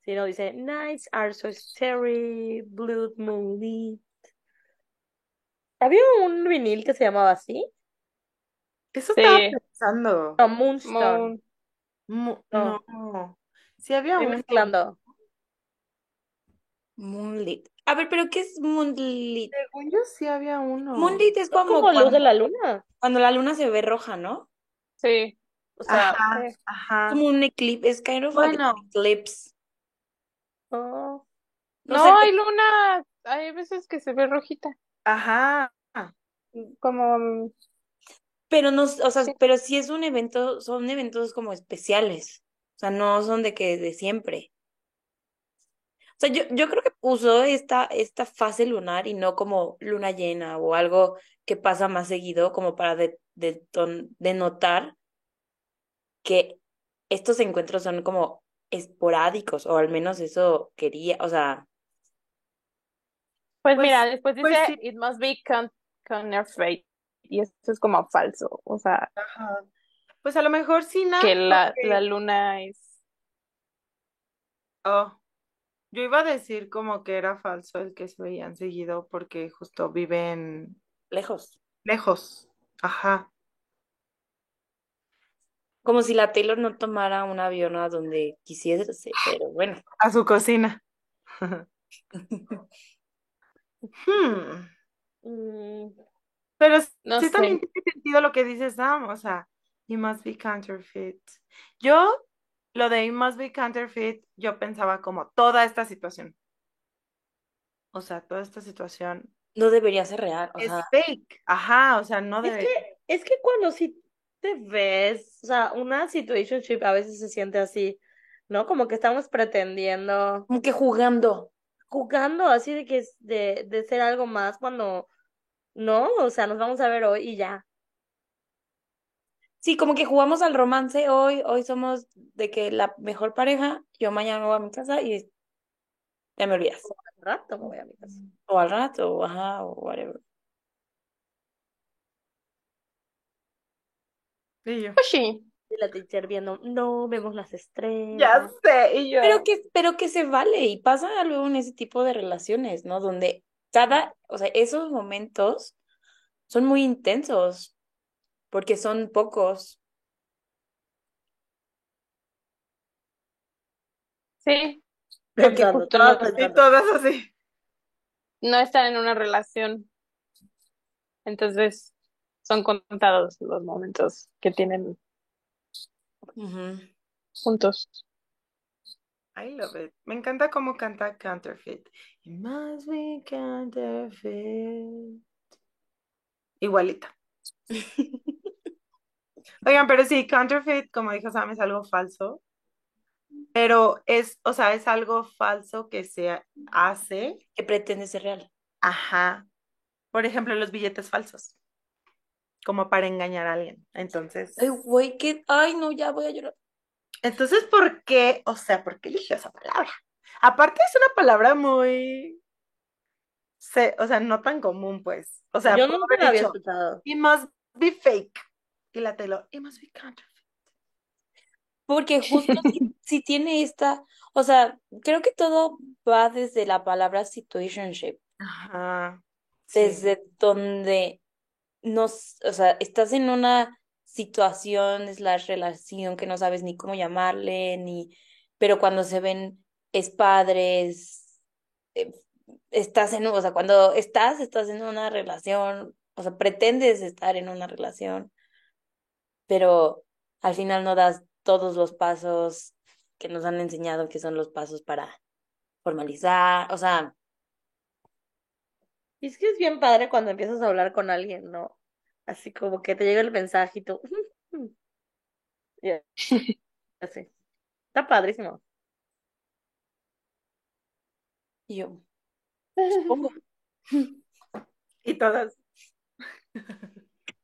[SPEAKER 3] sino dice nights are so starry, blue moonlit. Había un vinil que se llamaba así,
[SPEAKER 5] Eso
[SPEAKER 4] Sí.
[SPEAKER 5] estaba pensando.
[SPEAKER 3] no, Moonstone.
[SPEAKER 4] Moon.
[SPEAKER 5] Mu-
[SPEAKER 3] No.
[SPEAKER 5] no. Sí había
[SPEAKER 3] Estoy
[SPEAKER 5] uno.
[SPEAKER 3] mezclando.
[SPEAKER 2] Moonlit. A ver, ¿pero qué es Moonlit?
[SPEAKER 5] Según yo sí había uno.
[SPEAKER 2] Moonlit es
[SPEAKER 3] Es
[SPEAKER 2] como
[SPEAKER 3] como luz
[SPEAKER 2] cuando,
[SPEAKER 3] de la luna.
[SPEAKER 2] cuando la luna se ve roja, ¿no?
[SPEAKER 4] Sí.
[SPEAKER 3] O sea,
[SPEAKER 5] Ah, Ajá,
[SPEAKER 4] sí.
[SPEAKER 5] ajá.
[SPEAKER 2] Como un eclipse, es kind of like
[SPEAKER 5] Bueno,
[SPEAKER 2] an eclipse.
[SPEAKER 3] no.
[SPEAKER 2] No
[SPEAKER 4] No,
[SPEAKER 2] sé,
[SPEAKER 4] hay luna. Hay veces que se ve rojita.
[SPEAKER 5] ajá.
[SPEAKER 4] Como. mm,
[SPEAKER 2] pero no, o sea,
[SPEAKER 4] Sí.
[SPEAKER 2] pero sí es un evento, son eventos como especiales. O sea, no son de que de siempre. O sea, yo, yo creo que usó esta, esta fase lunar y no como luna llena o algo que pasa más seguido, como para de- deton- denotar que estos encuentros son como esporádicos, o al menos eso quería, o sea,
[SPEAKER 4] Pues
[SPEAKER 5] Pues,
[SPEAKER 4] mira, después dice
[SPEAKER 5] pues sí.
[SPEAKER 4] it must be con counterfeit. Y esto es como falso. O sea,
[SPEAKER 5] Ajá. Pues a lo mejor sí, ¿no?
[SPEAKER 4] que la, la
[SPEAKER 5] Porque-
[SPEAKER 4] luna es.
[SPEAKER 5] oh, yo iba a decir como que era falso el que se veían seguido porque justo viven
[SPEAKER 2] lejos.
[SPEAKER 5] lejos. Ajá.
[SPEAKER 2] Como si la Taylor no tomara un avión a donde quisiese, pero bueno.
[SPEAKER 5] A su cocina. Hmm.
[SPEAKER 3] Mm,
[SPEAKER 5] Pero s-
[SPEAKER 4] No
[SPEAKER 5] sí también
[SPEAKER 4] sé.
[SPEAKER 5] tiene sentido lo que dice Sam, o sea, you must be counterfeit. Yo, lo de you must be counterfeit, yo pensaba como toda esta situación. O sea, toda esta situación
[SPEAKER 2] No debería ser real, o
[SPEAKER 5] es
[SPEAKER 2] sea,
[SPEAKER 5] fake. Ajá, o sea, no
[SPEAKER 3] Es
[SPEAKER 5] debe.
[SPEAKER 3] que, es que cuando sí te ves, o sea, una situationship a veces se siente así, ¿no? Como que estamos pretendiendo.
[SPEAKER 2] como que jugando.
[SPEAKER 3] jugando así de que es de, de ser algo más cuando no, o sea, nos vamos a ver hoy y ya.
[SPEAKER 2] Sí, como que jugamos al romance hoy, hoy somos de que la mejor pareja, yo mañana me voy a mi casa y ya me olvidas.
[SPEAKER 3] Al rato me voy a mi casa.
[SPEAKER 5] Mm.
[SPEAKER 2] O al rato, o ajá, o whatever.
[SPEAKER 5] Y yo.
[SPEAKER 4] Pues sí.
[SPEAKER 3] Y la teacher viendo, no, vemos las
[SPEAKER 5] Ya
[SPEAKER 3] estrellas.
[SPEAKER 5] sé, y
[SPEAKER 2] Pero
[SPEAKER 5] yo.
[SPEAKER 2] que, pero que se vale y pasa algo en ese tipo de relaciones, ¿no? Donde cada, o sea, esos momentos son muy intensos porque son pocos.
[SPEAKER 4] Sí. Porque
[SPEAKER 3] Pensando,
[SPEAKER 4] justo no,
[SPEAKER 3] todas
[SPEAKER 5] Y
[SPEAKER 3] pensando.
[SPEAKER 5] todas así.
[SPEAKER 4] no están en una relación. Entonces, son contados los momentos que tienen
[SPEAKER 2] Ujú.
[SPEAKER 4] juntos.
[SPEAKER 5] I love it. Me encanta cómo canta counterfeit. You must be counterfeit. Igualita. Oigan, pero sí, counterfeit, como dijo Sam, es algo falso. Pero es, o sea, es algo falso que se hace.
[SPEAKER 2] Que pretende ser real.
[SPEAKER 5] Ajá. Por ejemplo, los billetes falsos, como para engañar a alguien. Entonces,
[SPEAKER 2] Ay, güey, que, ay, no, ya voy a llorar.
[SPEAKER 5] entonces, ¿por qué? O sea, ¿por qué eligió esa palabra? Aparte es una palabra muy, se- o sea, no tan común, pues. O sea,
[SPEAKER 3] Yo
[SPEAKER 5] puedo
[SPEAKER 3] nunca
[SPEAKER 5] haber
[SPEAKER 3] la había
[SPEAKER 5] dicho,
[SPEAKER 3] escuchado.
[SPEAKER 5] it must be fake. Y la telo, it must be counterfeit.
[SPEAKER 2] Porque justo si, sí tiene esta, o sea, creo que todo va desde la palabra situationship,
[SPEAKER 5] Ajá. sí.
[SPEAKER 2] desde donde nos, o sea, estás en una situación, slash relación que no sabes ni cómo llamarle, ni, pero cuando se ven es padres, eh, estás en, o sea, cuando estás, estás en una relación, o sea, pretendes estar en una relación, pero al final no das todos los pasos que nos han enseñado que son los pasos para formalizar, o sea,
[SPEAKER 3] Y es que es bien padre cuando empiezas a hablar con alguien, ¿no? Así como que te llega el mensaje y tú. Ya. Ya sé. Está padrísimo.
[SPEAKER 2] y yo, supongo.
[SPEAKER 5] Y todas.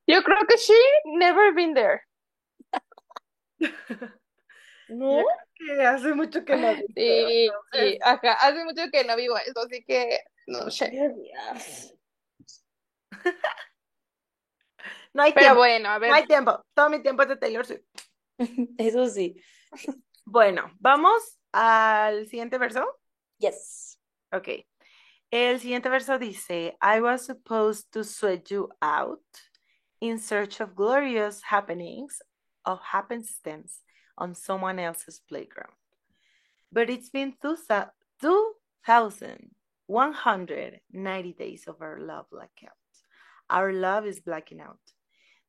[SPEAKER 4] Yo creo que she never been there.
[SPEAKER 3] ¿No?
[SPEAKER 5] Que hace mucho que no.
[SPEAKER 4] Sí, sí, ajá, hace mucho que no vivo eso, así que no sé.
[SPEAKER 5] No hay
[SPEAKER 4] Pero
[SPEAKER 5] tiempo.
[SPEAKER 4] bueno, a
[SPEAKER 5] No
[SPEAKER 4] ver.
[SPEAKER 5] hay tiempo. Todo mi tiempo es de Taylor Swift.
[SPEAKER 2] Eso sí.
[SPEAKER 5] Bueno, vamos al siguiente verso.
[SPEAKER 2] Yes.
[SPEAKER 5] Ok. El siguiente verso dice, I was supposed to sweat you out in search of glorious happenings of happenstance on someone else's playground. But it's been two thou- 2,190 days of our love blackout. Our love is blacking out.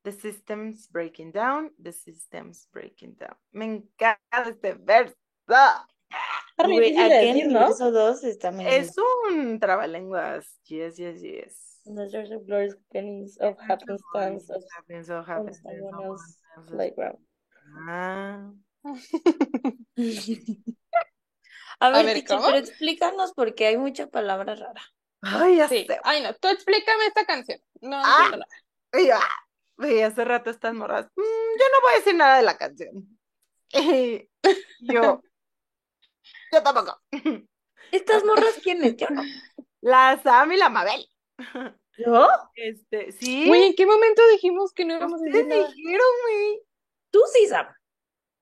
[SPEAKER 5] The system's breaking down. The system's breaking down. Me encanta este verso.
[SPEAKER 3] Está bien
[SPEAKER 2] Güey,
[SPEAKER 3] difícil de
[SPEAKER 2] aquí en
[SPEAKER 3] decir,
[SPEAKER 2] el
[SPEAKER 3] ¿no?
[SPEAKER 2] verso 2 está medio.
[SPEAKER 5] Es un trabalenguas. Yes, yes, yes.
[SPEAKER 3] The Church of Glorious Beginnings of Happenstance of
[SPEAKER 5] Happens, so
[SPEAKER 3] on
[SPEAKER 5] happens, there's
[SPEAKER 3] someone
[SPEAKER 5] no one
[SPEAKER 3] else's
[SPEAKER 5] else's-
[SPEAKER 3] playground.
[SPEAKER 5] Ah.
[SPEAKER 2] A ver,
[SPEAKER 4] ver,
[SPEAKER 2] teacher,
[SPEAKER 4] ¿cómo?
[SPEAKER 2] pero explícanos porque hay mucha palabra rara.
[SPEAKER 5] Ay, ya
[SPEAKER 4] Sí,
[SPEAKER 5] sé.
[SPEAKER 4] ay no, tú explícame esta canción. No
[SPEAKER 5] Ah.
[SPEAKER 4] entiendo nada.
[SPEAKER 5] Y yo, ah, güey, hace rato estas morras. "Mm, yo no voy a decir nada de la canción. Y yo, yo tampoco.
[SPEAKER 2] ¿Estas morras quiénes? Yo no.
[SPEAKER 5] La Sam y la Mabel.
[SPEAKER 3] ¿Yo?
[SPEAKER 5] Este, sí.
[SPEAKER 4] Güey, ¿en qué momento dijimos que no íbamos a
[SPEAKER 5] Ustedes
[SPEAKER 4] decir nada?
[SPEAKER 5] dijeron, güey.
[SPEAKER 2] Tú sí, Sam.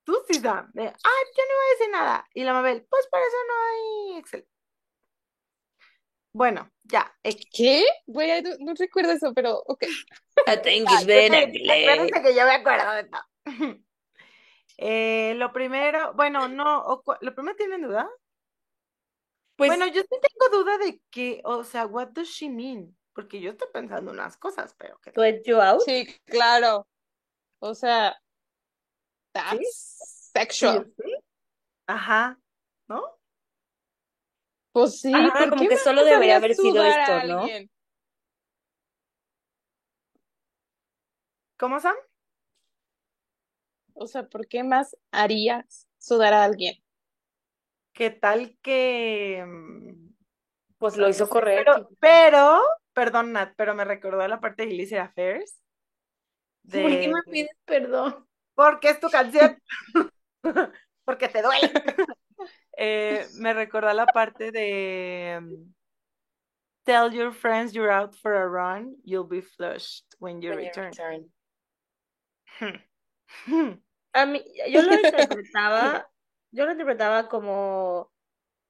[SPEAKER 5] Tú sí, Sam. De, ah, yo no voy a decir nada. Y la Mabel, pues por eso no hay Excel. Bueno, ya. X.
[SPEAKER 4] ¿Qué? Güey, ay, no, no recuerdo eso, pero ok.
[SPEAKER 2] I think
[SPEAKER 5] Ah,
[SPEAKER 2] it's
[SPEAKER 5] yo
[SPEAKER 2] been
[SPEAKER 5] te-
[SPEAKER 2] a delay.
[SPEAKER 5] acuérdense que yo me acuerdo de todo. Eh, lo primero, bueno, no, o cua- lo primero tienen duda.
[SPEAKER 2] Pues,
[SPEAKER 5] bueno, yo sí tengo duda de que, o sea, what does she mean? Porque yo estoy pensando unas cosas, pero que
[SPEAKER 3] Sweat you out.
[SPEAKER 4] Sí, claro. O sea, that's
[SPEAKER 5] Sí,
[SPEAKER 4] sexual.
[SPEAKER 5] sí. Ajá, ¿no?
[SPEAKER 4] Pues sí,
[SPEAKER 2] Ajá,
[SPEAKER 4] ¿por
[SPEAKER 2] como
[SPEAKER 4] qué
[SPEAKER 2] que
[SPEAKER 4] más
[SPEAKER 2] solo debería
[SPEAKER 4] harías
[SPEAKER 2] haber sido
[SPEAKER 4] sudar a
[SPEAKER 2] esto, ¿no?
[SPEAKER 4] alguien?
[SPEAKER 5] ¿Cómo son?
[SPEAKER 4] O sea, ¿por qué más harías sudar a alguien?
[SPEAKER 5] ¿Qué tal que? mm,
[SPEAKER 2] pues lo
[SPEAKER 5] no
[SPEAKER 2] hizo
[SPEAKER 5] sé,
[SPEAKER 2] correr.
[SPEAKER 5] pero, pero, perdón, Nat, pero me recordó a la parte de Illicit Affairs. De...
[SPEAKER 2] ¿Por qué me pides perdón?
[SPEAKER 5] Porque es tu canción. Porque te duele. Eh, me recordó a la parte de mm, Tell your friends you're out for a run, you'll be flushed when you
[SPEAKER 2] When you
[SPEAKER 5] return. Hmm.
[SPEAKER 2] return.
[SPEAKER 3] A mí, yo lo interpretaba, yo lo interpretaba como,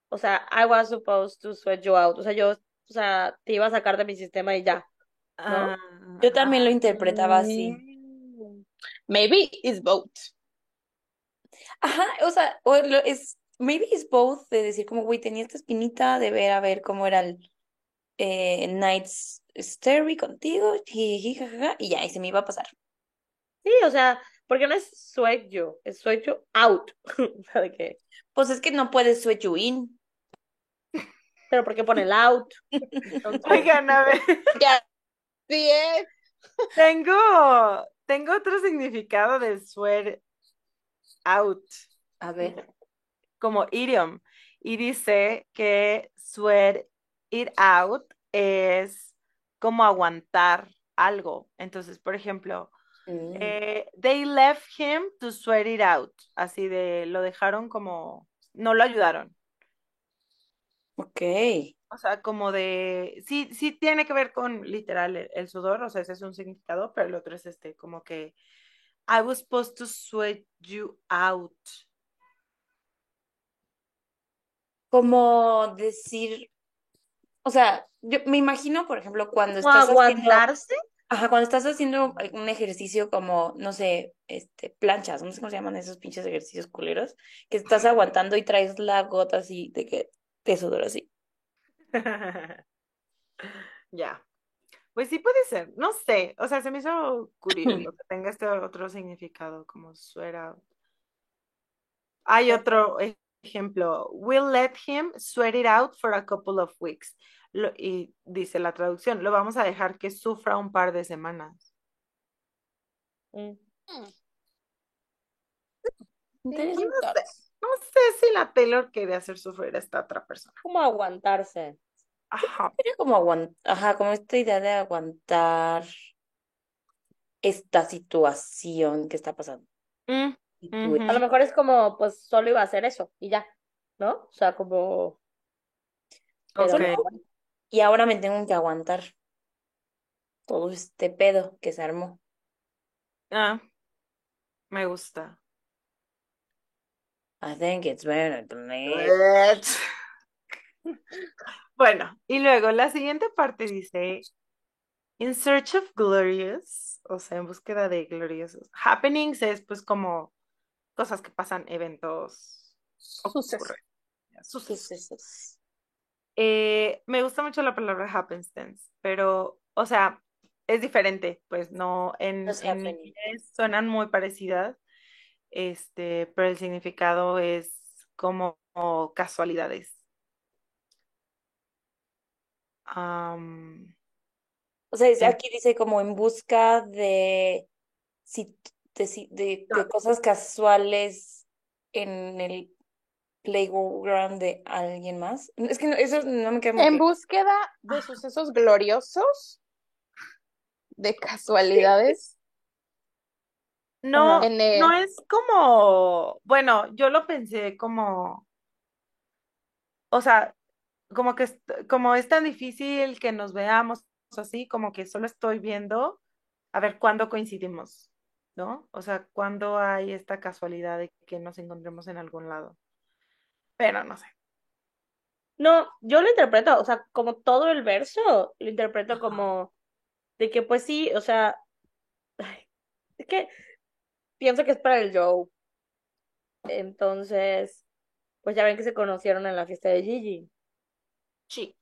[SPEAKER 3] o sea, I was supposed to sweat you out. O sea, yo, o sea, te iba a sacar de mi sistema y ya.
[SPEAKER 5] Ah,
[SPEAKER 2] Yo también lo interpretaba así.
[SPEAKER 4] Mm. Maybe it's both.
[SPEAKER 2] Ajá, o sea, o lo- es, maybe it's both, de decir como, güey, tenía esta espinita de ver a ver cómo era el eh, Night's Story contigo, jiji, jajaja, y ya, y se me iba a pasar.
[SPEAKER 3] Sí, o sea, porque no es sweat you, es sweat you out. O sea, de que,
[SPEAKER 2] Pues es que no puedes sweat you in.
[SPEAKER 3] pero ¿por qué pone el out? Entonces,
[SPEAKER 5] Oigan, a ver,
[SPEAKER 4] Ya, sí ¿eh? es.
[SPEAKER 5] tengo, tengo otro significado de sweat out,
[SPEAKER 2] A ver.
[SPEAKER 5] como idiom, y dice que sweat it out es como aguantar algo. Entonces, por ejemplo,
[SPEAKER 2] Mm.
[SPEAKER 5] Eh, they left him to sweat it out. Así de, lo dejaron como, no lo ayudaron.
[SPEAKER 2] Ok.
[SPEAKER 5] O sea, como de, sí, sí tiene que ver con literal el, el sudor, o sea, ese es un significado, pero el otro es este, como que I was supposed to sweat you out.
[SPEAKER 2] como decir, o sea, yo me imagino, por ejemplo, cuando
[SPEAKER 3] ¿Cómo
[SPEAKER 2] estás haciendo,
[SPEAKER 3] aguantarse?
[SPEAKER 2] ajá, cuando estás haciendo un ejercicio como, no sé, este, planchas, no sé cómo se llaman esos pinches ejercicios culeros, que estás aguantando y traes la gota así de que te sudor así.
[SPEAKER 5] Ya. Pues sí puede ser, no sé, o sea, se me hizo curioso que tenga este otro significado, como suera. Hay otro ej- ejemplo, we'll let him sweat it out for a couple of weeks. Lo- y dice la traducción, lo vamos a dejar que sufra un par de semanas.
[SPEAKER 3] Mm.
[SPEAKER 2] Interesante.
[SPEAKER 5] No sé si la Taylor quería hacer sufrir a esta otra persona.
[SPEAKER 3] ¿Cómo aguantarse?
[SPEAKER 5] Ajá.
[SPEAKER 2] Era como aguantar, ajá, como esta idea de aguantar esta situación que está pasando.
[SPEAKER 5] Mm,
[SPEAKER 2] Y tú,
[SPEAKER 5] ujú.
[SPEAKER 3] A lo mejor es como, pues solo iba a hacer eso y ya, ¿no? O sea, como... Pero
[SPEAKER 5] Ok.
[SPEAKER 3] bueno,
[SPEAKER 2] Y ahora me tengo que aguantar todo este pedo que se armó.
[SPEAKER 5] Ah, me gusta.
[SPEAKER 2] I think it's better to leave.
[SPEAKER 5] Eh. Bueno, y luego la siguiente parte dice, In search of glorious, o sea, en búsqueda de gloriosos. Happenings es pues como cosas que pasan, eventos,
[SPEAKER 4] Suceso.
[SPEAKER 5] ocurrencias,
[SPEAKER 2] Sí,
[SPEAKER 5] sucesos.
[SPEAKER 2] sí, sí.
[SPEAKER 5] Eh, me gusta mucho la palabra happenstance, pero, o sea, es diferente, pues no, en,
[SPEAKER 2] Los
[SPEAKER 5] en
[SPEAKER 2] happening.
[SPEAKER 5] inglés suenan muy parecidas, este, pero el significado es como, como casualidades. Am,
[SPEAKER 2] O sea, es-
[SPEAKER 5] en-
[SPEAKER 2] aquí dice como en busca de, si- de, si- de- de cosas casuales en el playground de alguien más. Es que no- eso no me queda muy
[SPEAKER 4] En
[SPEAKER 2] claro.
[SPEAKER 4] búsqueda de sucesos gloriosos, de casualidades,
[SPEAKER 5] no,
[SPEAKER 2] Ajá.
[SPEAKER 4] en
[SPEAKER 5] no
[SPEAKER 4] el...
[SPEAKER 5] es como, bueno, yo lo pensé como, o sea, como que es, como es tan difícil que nos veamos o así, como que solo estoy viendo a ver cuándo coincidimos, ¿no? O sea, cuándo hay esta casualidad de que nos encontremos en algún lado. Pero no sé.
[SPEAKER 3] no, yo lo interpreto, o sea, como todo el verso, lo interpreto como de que pues sí, o sea, ay, es que pienso que es para el Joe. Entonces, pues ya ven que se conocieron en la fiesta de Gigi.
[SPEAKER 5] Sí.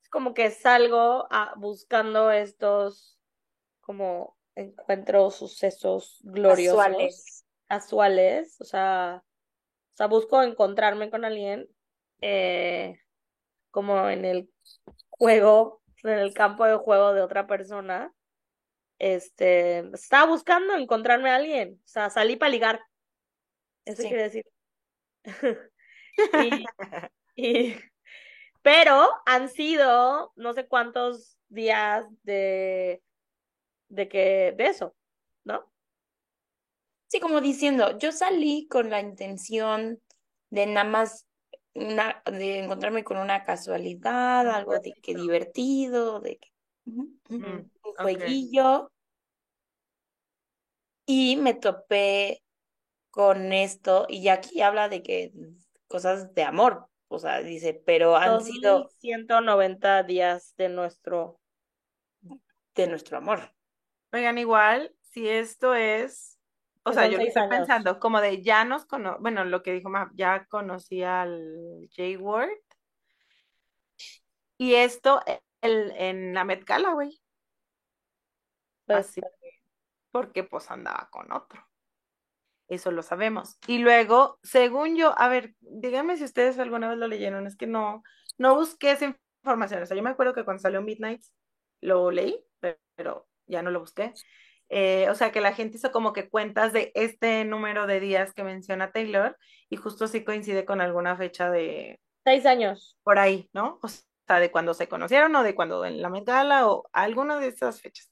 [SPEAKER 3] Es como que salgo a- buscando estos como encuentros, sucesos gloriosos,
[SPEAKER 2] Casuales.
[SPEAKER 3] casuales, o sea, o sea, busco encontrarme con alguien eh, como en el juego, en el campo de juego de otra persona. Este, estaba buscando encontrarme a alguien, o sea, salí para ligar, eso
[SPEAKER 2] Sí.
[SPEAKER 3] quiere decir. Y, y, pero han sido no sé cuántos días de, de que, de eso, ¿no?
[SPEAKER 2] Sí, como diciendo, yo salí con la intención de nada más una- de encontrarme con una casualidad, algo de que divertido, de que ujú, ujú,
[SPEAKER 5] Mm,
[SPEAKER 2] un
[SPEAKER 5] ok.
[SPEAKER 2] jueguillo, y me topé con esto, y ya aquí habla de que mm, cosas de amor, o sea, dice, pero han sido
[SPEAKER 3] 2190 días de nuestro.
[SPEAKER 2] de nuestro amor.
[SPEAKER 5] Oigan, igual, si esto es, o
[SPEAKER 3] Que
[SPEAKER 5] sea,
[SPEAKER 3] son
[SPEAKER 5] yo lo
[SPEAKER 3] seis
[SPEAKER 5] estoy
[SPEAKER 3] años.
[SPEAKER 5] pensando, como de ya nos cono, bueno, lo que dijo Map, ya conocí al J-Word, y esto e- el- en la Met Gala, güey,
[SPEAKER 3] Pues,
[SPEAKER 5] así, porque pues andaba con otro, eso lo sabemos. Y luego, según yo, a ver, díganme si ustedes alguna vez lo leyeron, es que no, no busqué esa información, o sea, yo me acuerdo que cuando salió Midnight lo leí, pe- pero, ya no lo busqué. Eh, o sea, que la gente hizo como que cuentas de este número de días que menciona Taylor y justo sí coincide con alguna fecha de
[SPEAKER 3] seis años.
[SPEAKER 5] por ahí, ¿no? O sea, de cuando se conocieron o de cuando en la Met Gala o alguna de esas fechas.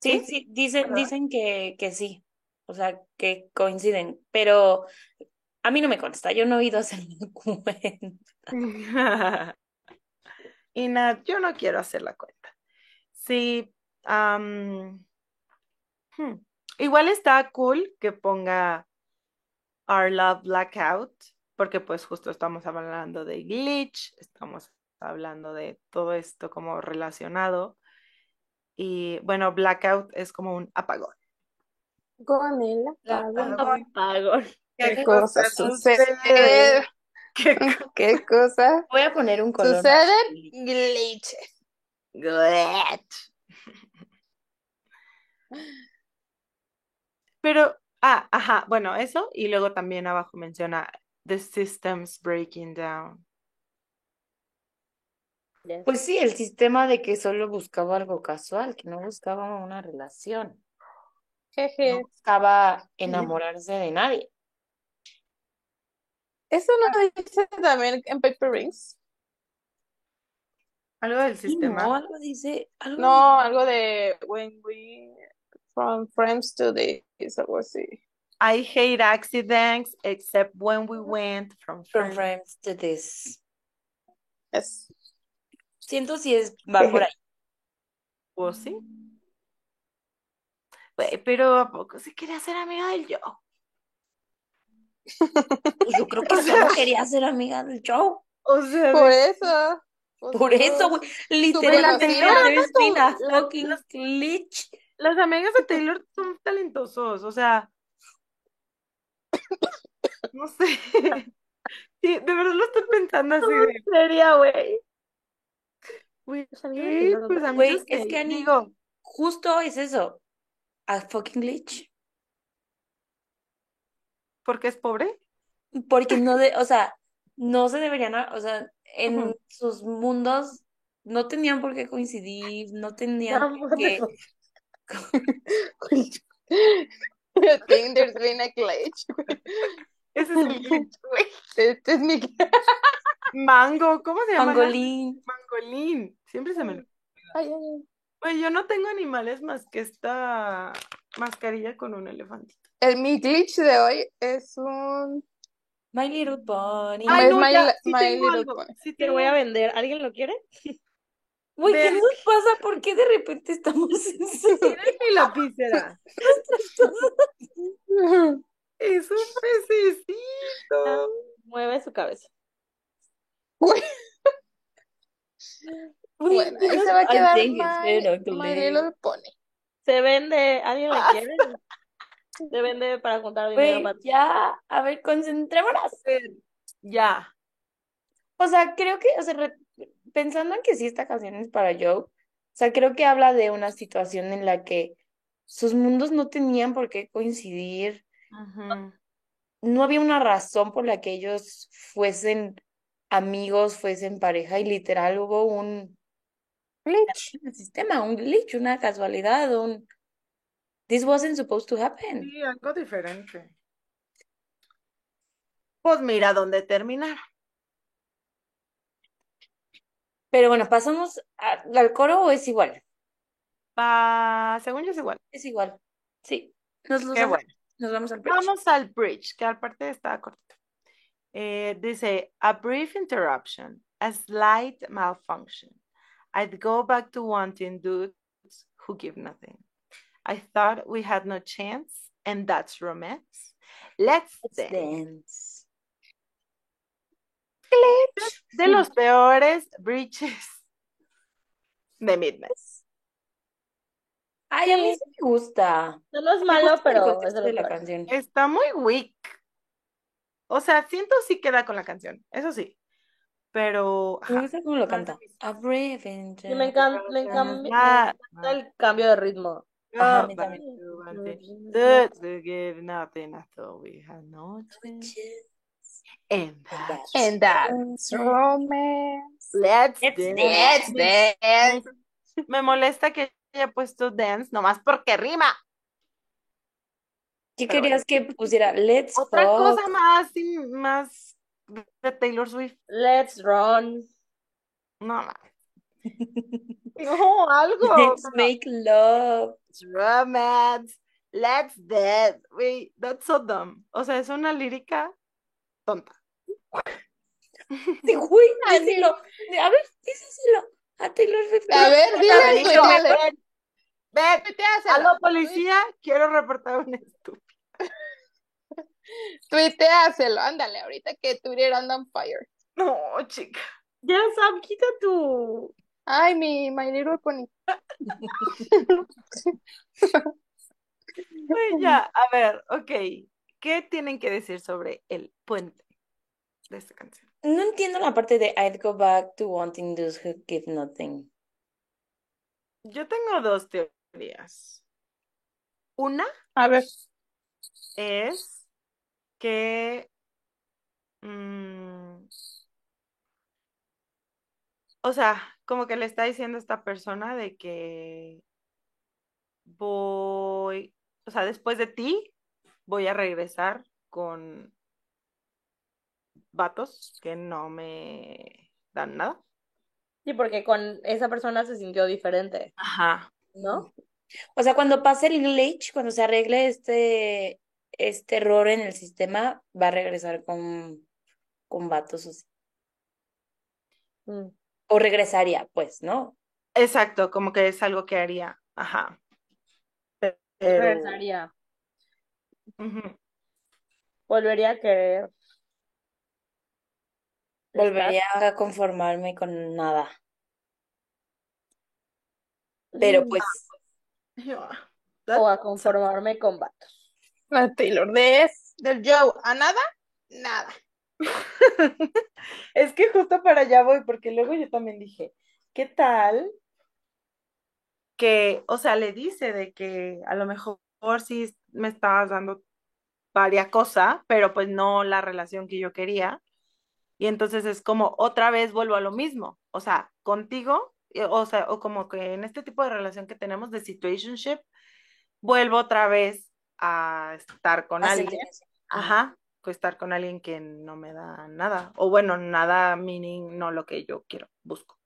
[SPEAKER 2] Sí,
[SPEAKER 5] ¿Sí?
[SPEAKER 2] sí, dicen,
[SPEAKER 5] ¿Verdad?
[SPEAKER 2] dicen que, que sí, o sea, que coinciden, pero a mí no me consta, yo no he ido a hacer la cuenta.
[SPEAKER 5] Y nada, yo no quiero hacer la cuenta. Sí, am, hmm. Igual está cool que ponga Our Love Blackout. porque pues justo estamos hablando de glitch, estamos hablando de todo esto como relacionado. Y bueno, blackout es como un apagón.
[SPEAKER 4] Con el apagón.
[SPEAKER 5] Apagón.
[SPEAKER 3] Apagón.
[SPEAKER 4] ¿Qué cosas suceden?
[SPEAKER 5] ¿Qué
[SPEAKER 4] ¿Qué cosas
[SPEAKER 2] Voy a poner un color.
[SPEAKER 4] suceden? Glitch.
[SPEAKER 5] Glitch. Pero, ah, ajá, bueno, eso. Y luego también abajo menciona The Systems Breaking Down.
[SPEAKER 2] Pues sí, el sistema de que solo buscaba algo casual, que no buscaba una relación, no
[SPEAKER 4] Jeje.
[SPEAKER 2] buscaba enamorarse de nadie.
[SPEAKER 4] Eso no lo dice también en Paper Rings.
[SPEAKER 5] Algo del
[SPEAKER 2] Sí,
[SPEAKER 5] sistema.
[SPEAKER 2] no, algo dice, algo
[SPEAKER 4] No, algo de when we from friends to this, algo así.
[SPEAKER 5] I hate accidents except when we went from
[SPEAKER 2] dice, from
[SPEAKER 5] friends.
[SPEAKER 2] friends to this.
[SPEAKER 4] Es-
[SPEAKER 2] Siento si es, va por ahí.
[SPEAKER 5] ¿O sí? Güey, pero ¿a poco se quería ser amiga del yo?
[SPEAKER 2] Pues Yo creo que solo quería ser amiga del show.
[SPEAKER 5] O sea,
[SPEAKER 4] Por
[SPEAKER 5] de-
[SPEAKER 4] eso. Pues
[SPEAKER 2] Por eso, güey. Literal,
[SPEAKER 4] Súper grosera.
[SPEAKER 2] there's been a
[SPEAKER 5] La-
[SPEAKER 2] fucking
[SPEAKER 5] las-
[SPEAKER 2] glitch.
[SPEAKER 5] las amigas de Taylor son talentosos, o sea, no sé. Sí, de verdad lo estoy pensando así de,
[SPEAKER 3] Sería, güey.
[SPEAKER 5] güey,
[SPEAKER 3] Los amigos de Taylor,
[SPEAKER 5] pues
[SPEAKER 3] ¿no?
[SPEAKER 5] amigas
[SPEAKER 2] Güey, es
[SPEAKER 5] de-
[SPEAKER 2] que Ani-
[SPEAKER 5] digo,
[SPEAKER 2] Justo es eso. A fucking glitch.
[SPEAKER 5] porque es pobre.
[SPEAKER 2] Porque no de, o sea, no se deberían, o sea, en
[SPEAKER 5] Ujú.
[SPEAKER 2] sus mundos no tenían por qué coincidir, no tenían
[SPEAKER 3] No,
[SPEAKER 2] por qué.
[SPEAKER 4] Think there's been a glitch. güey.
[SPEAKER 5] Ese es el glitch, güey.
[SPEAKER 4] Este es mi
[SPEAKER 5] Mango, ¿cómo se llama?
[SPEAKER 2] Pangolín.
[SPEAKER 5] Mangolín. Siempre se me lo.
[SPEAKER 4] Ay, ay, ay.
[SPEAKER 5] Güey, yo no tengo animales más que esta mascarilla con un elefantito.
[SPEAKER 4] El mi glitch de hoy es un
[SPEAKER 2] My Little Pony.
[SPEAKER 5] Ay,
[SPEAKER 4] es
[SPEAKER 5] no,
[SPEAKER 4] My,
[SPEAKER 5] ya,
[SPEAKER 4] Li-
[SPEAKER 5] sí
[SPEAKER 4] My
[SPEAKER 5] tengo
[SPEAKER 4] Little
[SPEAKER 5] algo.
[SPEAKER 4] Pony.
[SPEAKER 5] Sí
[SPEAKER 3] Te
[SPEAKER 5] tengo
[SPEAKER 3] voy a vender. ¿Alguien lo quiere?
[SPEAKER 2] Güey, ¿qué
[SPEAKER 5] Ver-
[SPEAKER 2] nos pasa? ¿Por qué de repente estamos en serio?
[SPEAKER 5] Miren mi lapicera. Es un pececito.
[SPEAKER 3] Mueve su cabeza.
[SPEAKER 2] Güey,
[SPEAKER 4] Bueno, ahí se va a
[SPEAKER 2] I'm
[SPEAKER 4] quedar
[SPEAKER 2] thinking, espero
[SPEAKER 4] My,
[SPEAKER 2] que
[SPEAKER 4] My
[SPEAKER 2] le-
[SPEAKER 4] Little Pony.
[SPEAKER 3] Se vende. ¿Alguien la quiere? Se vende para juntar dinero
[SPEAKER 2] Güey,
[SPEAKER 3] para ti.
[SPEAKER 2] ya, a ver, concentrémonos.
[SPEAKER 5] Ver, Ya.
[SPEAKER 2] O sea, creo que, o sea, re- pensando en que sí, esta canción es para Joe, o sea, creo que habla de una situación en la que sus mundos no tenían por qué coincidir,
[SPEAKER 5] Ujú.
[SPEAKER 2] no había una razón por la que ellos fuesen amigos, fuesen pareja, y literal hubo un glitch en el sistema, un glitch, una casualidad, un this wasn't supposed to happen.
[SPEAKER 5] Sí, algo diferente. Pues mira dónde terminaron.
[SPEAKER 2] Pero bueno, pasamos a- al coro o es igual,
[SPEAKER 5] Pa... Según yo es igual.
[SPEAKER 2] es igual, sí, nos, los
[SPEAKER 5] Qué
[SPEAKER 2] vamos,
[SPEAKER 5] bueno.
[SPEAKER 2] nos vamos al bridge.
[SPEAKER 5] Vamos al bridge, que aparte está cortito. Eh, dice, a brief interruption, a slight malfunction. I'd go back to wanting dudes who give nothing. I thought we had no chance, and that's romance. Let's
[SPEAKER 2] Let's
[SPEAKER 5] dance.
[SPEAKER 2] dance.
[SPEAKER 5] De los peores bridges de Midnight.
[SPEAKER 2] Ay, a mí
[SPEAKER 3] Sí.
[SPEAKER 2] sí me gusta.
[SPEAKER 3] No es
[SPEAKER 2] Me
[SPEAKER 3] malo,
[SPEAKER 2] gusta el
[SPEAKER 3] pero es de
[SPEAKER 2] contexto de
[SPEAKER 3] los
[SPEAKER 2] la
[SPEAKER 3] peores.
[SPEAKER 2] canción.
[SPEAKER 5] Está muy weak. O sea, siento sí queda con la canción, eso sí. Pero,
[SPEAKER 2] Me
[SPEAKER 5] ajá.
[SPEAKER 2] gusta cómo lo
[SPEAKER 5] no es de
[SPEAKER 2] canta.
[SPEAKER 5] mis-
[SPEAKER 2] A breve
[SPEAKER 3] Sí, me
[SPEAKER 2] interruption.
[SPEAKER 3] encanta, me encam- me
[SPEAKER 5] Ah,
[SPEAKER 3] encanta el cambio de ritmo.
[SPEAKER 2] Ajá, a
[SPEAKER 5] Go
[SPEAKER 2] mí
[SPEAKER 5] back
[SPEAKER 2] también.
[SPEAKER 5] to one thing.
[SPEAKER 3] No,
[SPEAKER 5] Dudes who give nothing. I thought we had no chance. And
[SPEAKER 2] And
[SPEAKER 5] that.
[SPEAKER 2] that's
[SPEAKER 4] And that's
[SPEAKER 2] romance.
[SPEAKER 4] romance.
[SPEAKER 5] Let's
[SPEAKER 2] Let's
[SPEAKER 5] dance.
[SPEAKER 2] dance.
[SPEAKER 4] Let's
[SPEAKER 5] Me,
[SPEAKER 4] dance.
[SPEAKER 5] me molesta que haya puesto dance nomás porque rima.
[SPEAKER 2] ¿Qué
[SPEAKER 5] Pero bueno.
[SPEAKER 2] querías que pusiera? Let's
[SPEAKER 5] Otra
[SPEAKER 2] fuck.
[SPEAKER 5] cosa más, y más de Taylor Swift.
[SPEAKER 3] Let's run.
[SPEAKER 5] No, ma- no, algo.
[SPEAKER 2] Let's make love.
[SPEAKER 5] Romance. Let's dance. Wait, that's so dumb. O sea, es una lírica tonta.
[SPEAKER 2] Sí, güey,
[SPEAKER 4] Ay,
[SPEAKER 2] díselo. A ver, díselo. A Taylor Swift.
[SPEAKER 4] A ver, dile,
[SPEAKER 5] Ven,
[SPEAKER 4] tuiteale.
[SPEAKER 5] ven, ven.
[SPEAKER 4] Tuiteaselo.
[SPEAKER 5] Aló, policía, quiero reportar un estúpido.
[SPEAKER 4] Tuiteáselo, ándale, ahorita que Twitter anda on fire.
[SPEAKER 5] No, chica.
[SPEAKER 3] Ya, Sam, quita tu.
[SPEAKER 4] Ay, mi My Little Pony.
[SPEAKER 5] Pues ya, a ver, ok. ¿Qué tienen que decir sobre el puente de esta canción?
[SPEAKER 2] No entiendo la parte de I'd go back to wanting those who give nothing.
[SPEAKER 5] Yo tengo dos teorías. Una
[SPEAKER 4] A ver.
[SPEAKER 5] es que... mm, o sea, como que le está diciendo esta persona de que voy, o sea, después de ti voy a regresar con vatos que no me dan nada.
[SPEAKER 3] Sí, porque con esa persona se sintió diferente,
[SPEAKER 5] Ajá.
[SPEAKER 3] ¿no?
[SPEAKER 2] O sea, cuando pase el glitch, cuando se arregle este, este error en el sistema, va a regresar con, con vatos. o sea,
[SPEAKER 3] Mm.
[SPEAKER 2] O regresaría, pues, ¿no?
[SPEAKER 5] Exacto, como que es algo que haría. Ajá. Pero-
[SPEAKER 3] Regresaría.
[SPEAKER 5] Ujú.
[SPEAKER 3] Volvería a querer.
[SPEAKER 2] Volvería a conformarme con nada. Pero
[SPEAKER 3] Mm.
[SPEAKER 2] pues,
[SPEAKER 5] Ya.
[SPEAKER 3] O a conformarme con vatos.
[SPEAKER 4] La Taylor de del Joe. ¿A nada? Nada.
[SPEAKER 5] Es que justo para allá voy, porque luego yo también dije, ¿qué tal? Que, o sea, le dice de que a lo mejor sí me estabas dando varia cosa, pero pues no la relación que yo quería. Y entonces es como otra vez vuelvo a lo mismo. O sea, contigo, eh, o sea, o como que en este tipo de relación que tenemos de situationship, vuelvo otra vez a estar con
[SPEAKER 2] hace
[SPEAKER 5] alguien. Ajá, que estar con alguien que no me da nada. O bueno, nada, meaning, no lo que yo quiero, busco.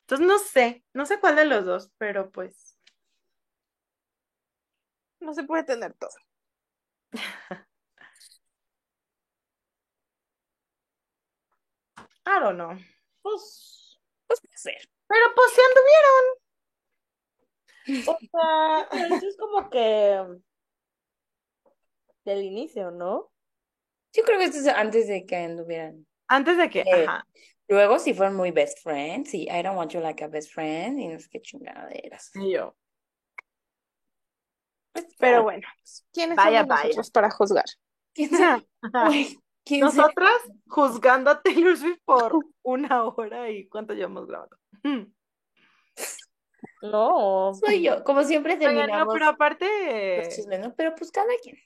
[SPEAKER 5] Entonces, no sé, no sé cuál de los dos, pero pues.
[SPEAKER 4] No se puede tener todo.
[SPEAKER 5] I don't know.
[SPEAKER 3] Pues,
[SPEAKER 2] pues, puede ser.
[SPEAKER 5] Pero pues si anduvieron. O sea,
[SPEAKER 3] pero eso es como que del inicio, ¿no?
[SPEAKER 2] Yo creo que esto es antes de que anduvieran.
[SPEAKER 5] antes de que.
[SPEAKER 2] Eh,
[SPEAKER 5] Ajá.
[SPEAKER 2] Luego, si fueron muy best friends, y I don't want you like a best friend, y no sé qué chingaderas.
[SPEAKER 5] y yo.
[SPEAKER 4] Pero bueno, ¿quiénes
[SPEAKER 5] Vaya,
[SPEAKER 4] somos
[SPEAKER 5] vaya.
[SPEAKER 4] nosotros para juzgar?
[SPEAKER 2] ¿Quién sabe? Güey, ¿quién sabe?
[SPEAKER 5] Nosotras juzgando a Taylor Swift por una hora y cuánto llevamos grabando. Hmm.
[SPEAKER 3] No.
[SPEAKER 2] Soy yo. Como siempre
[SPEAKER 5] Oigan, no,
[SPEAKER 2] terminamos
[SPEAKER 5] pero
[SPEAKER 2] los
[SPEAKER 5] aparte. eh,
[SPEAKER 2] chismes, ¿no? Pero pues cada quien.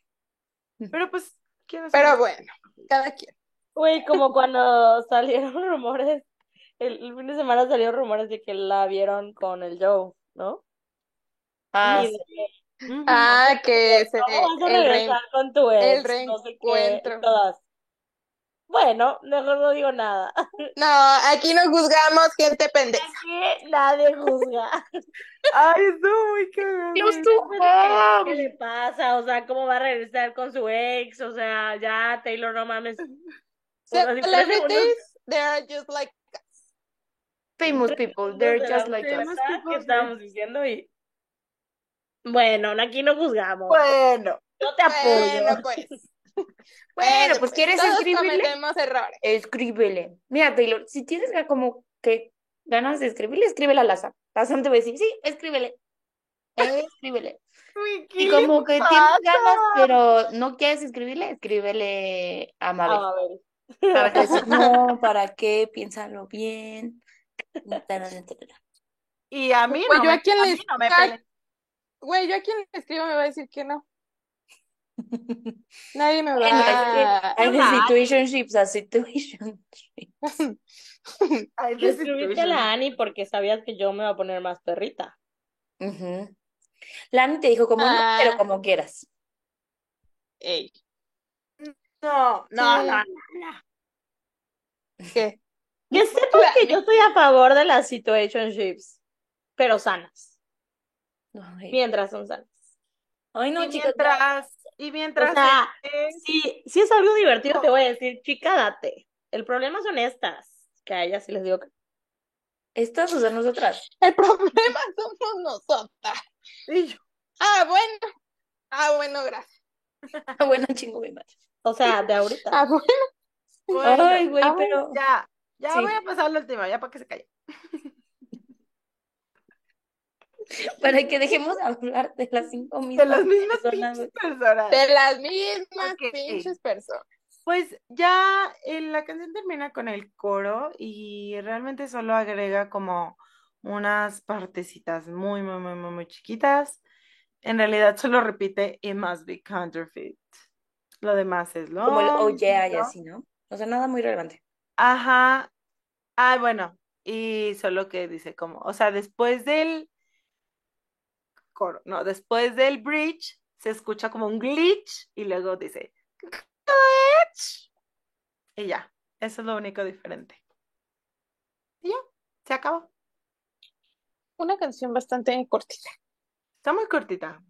[SPEAKER 5] Pero pues, ¿quién es?
[SPEAKER 4] Pero bueno, cada quien.
[SPEAKER 3] Güey, como cuando salieron rumores, el, el fin de semana salieron rumores de que la vieron con el Joe, ¿no?
[SPEAKER 2] Ah,
[SPEAKER 3] Y
[SPEAKER 2] sí.
[SPEAKER 3] de que,
[SPEAKER 5] Ujú.
[SPEAKER 4] Ah, que se,
[SPEAKER 3] ¿cómo vas a
[SPEAKER 4] el rey.
[SPEAKER 3] regresar con tu ex?
[SPEAKER 4] el
[SPEAKER 3] No sé qué,
[SPEAKER 4] reencuentro.
[SPEAKER 3] todas. Bueno, mejor no digo nada.
[SPEAKER 4] No, aquí no juzgamos gente pendeja.
[SPEAKER 3] Aquí nadie juzga. Pues,
[SPEAKER 5] Ay, estuvo muy cagado.
[SPEAKER 2] Close
[SPEAKER 5] eso.
[SPEAKER 2] to
[SPEAKER 3] ¿Qué
[SPEAKER 2] home.
[SPEAKER 3] le pasa? O sea, ¿cómo va a regresar con su ex? O sea, ya, Taylor, no mames. Unos-
[SPEAKER 4] Celebrities, they are just like
[SPEAKER 2] pues, Famous people,
[SPEAKER 3] unos
[SPEAKER 2] they're
[SPEAKER 3] de
[SPEAKER 2] just
[SPEAKER 3] la
[SPEAKER 2] like us.
[SPEAKER 5] famous
[SPEAKER 3] ¿verdad?
[SPEAKER 5] people,
[SPEAKER 3] que
[SPEAKER 5] sí.
[SPEAKER 3] estábamos diciendo y bueno, aquí no juzgamos.
[SPEAKER 5] Bueno.
[SPEAKER 3] Yo te apoyo.
[SPEAKER 4] Bueno, pues.
[SPEAKER 2] Bueno, pues, ¿quieres
[SPEAKER 4] todos
[SPEAKER 2] escribirle?
[SPEAKER 4] cometemos errores.
[SPEAKER 2] Escríbele. Mira, Taylor, si tienes ga- como que ganas de escribirle, escríbele a la Sam. La Sam te va a decir, sí, escríbele. Escríbele.
[SPEAKER 5] Uy, ¿qué
[SPEAKER 2] Y
[SPEAKER 5] le
[SPEAKER 2] como que tienes
[SPEAKER 5] pasa?
[SPEAKER 2] ganas, pero no quieres escribirle, escríbele a Mabel.
[SPEAKER 3] Ah, a ver.
[SPEAKER 2] A ver, decir, no, ¿para qué? Piénsalo bien. etcétera, etcétera.
[SPEAKER 5] Y a mí
[SPEAKER 4] Güey,
[SPEAKER 5] no
[SPEAKER 4] yo
[SPEAKER 5] me,
[SPEAKER 4] a quién
[SPEAKER 5] a
[SPEAKER 4] le
[SPEAKER 5] mí no me
[SPEAKER 4] saco-
[SPEAKER 5] pele-
[SPEAKER 4] Güey, yo a quien le escribo me va a decir que no. Nadie me Ah,
[SPEAKER 2] Bueno, es que
[SPEAKER 4] va
[SPEAKER 2] hay de
[SPEAKER 5] Hola.
[SPEAKER 2] situationships a situationships.
[SPEAKER 5] Ay,
[SPEAKER 3] Le
[SPEAKER 5] this
[SPEAKER 3] escribiste a
[SPEAKER 5] situation.
[SPEAKER 3] la Ani porque sabías que yo me iba a poner más perrita.
[SPEAKER 2] Ujú. Lani te dijo como no, pero
[SPEAKER 4] Ah,
[SPEAKER 2] como quieras.
[SPEAKER 4] ey,
[SPEAKER 5] No, no, no.
[SPEAKER 4] ¿qué?
[SPEAKER 3] Que sepas que yo estoy a favor de las situationships, pero sanas,
[SPEAKER 2] Ay,
[SPEAKER 3] mientras son sanas.
[SPEAKER 2] Ay, no,
[SPEAKER 5] Y
[SPEAKER 2] chicas, ya.
[SPEAKER 5] mientras, y
[SPEAKER 3] O
[SPEAKER 5] mientras
[SPEAKER 3] sea,
[SPEAKER 5] es-
[SPEAKER 3] si, si es algo divertido, te voy a decir, chica, date. El problema son estas, que a ellas sí les digo que...
[SPEAKER 2] Estas, o sea, nosotras.
[SPEAKER 4] El problema somos nosotras.
[SPEAKER 5] y yo,
[SPEAKER 4] Ah, bueno. Ah, bueno, gracias.
[SPEAKER 2] Ah, Bueno, chingo mi madre.
[SPEAKER 3] O sea, de ahorita.
[SPEAKER 4] Ah, bueno.
[SPEAKER 5] Bueno,
[SPEAKER 2] Ay, güey,
[SPEAKER 4] ah,
[SPEAKER 2] pero.
[SPEAKER 5] ya, ya
[SPEAKER 2] Sí.
[SPEAKER 5] voy a pasar la última, ya para que se calle.
[SPEAKER 2] Para que dejemos hablar de las cinco mismas
[SPEAKER 5] De las mismas
[SPEAKER 2] personas, güey.
[SPEAKER 5] pinches personas.
[SPEAKER 4] De las mismas
[SPEAKER 5] Ok.
[SPEAKER 4] pinches personas.
[SPEAKER 5] Pues ya eh, la canción termina con el coro y realmente solo agrega como unas partecitas muy, muy, muy, muy, muy chiquitas. En realidad solo repite It must be counterfeit. Lo demás es lo
[SPEAKER 2] Como el oh yeah y
[SPEAKER 5] mismo.
[SPEAKER 2] así, ¿no? O sea, nada muy relevante.
[SPEAKER 5] Ajá. Ah, bueno. Y solo que dice como, o sea, después del coro, no, después del bridge se escucha como un glitch y luego dice glitch. Y ya, eso es lo único diferente. Y ya, se acabó.
[SPEAKER 4] Una canción bastante cortita.
[SPEAKER 5] Está muy cortita.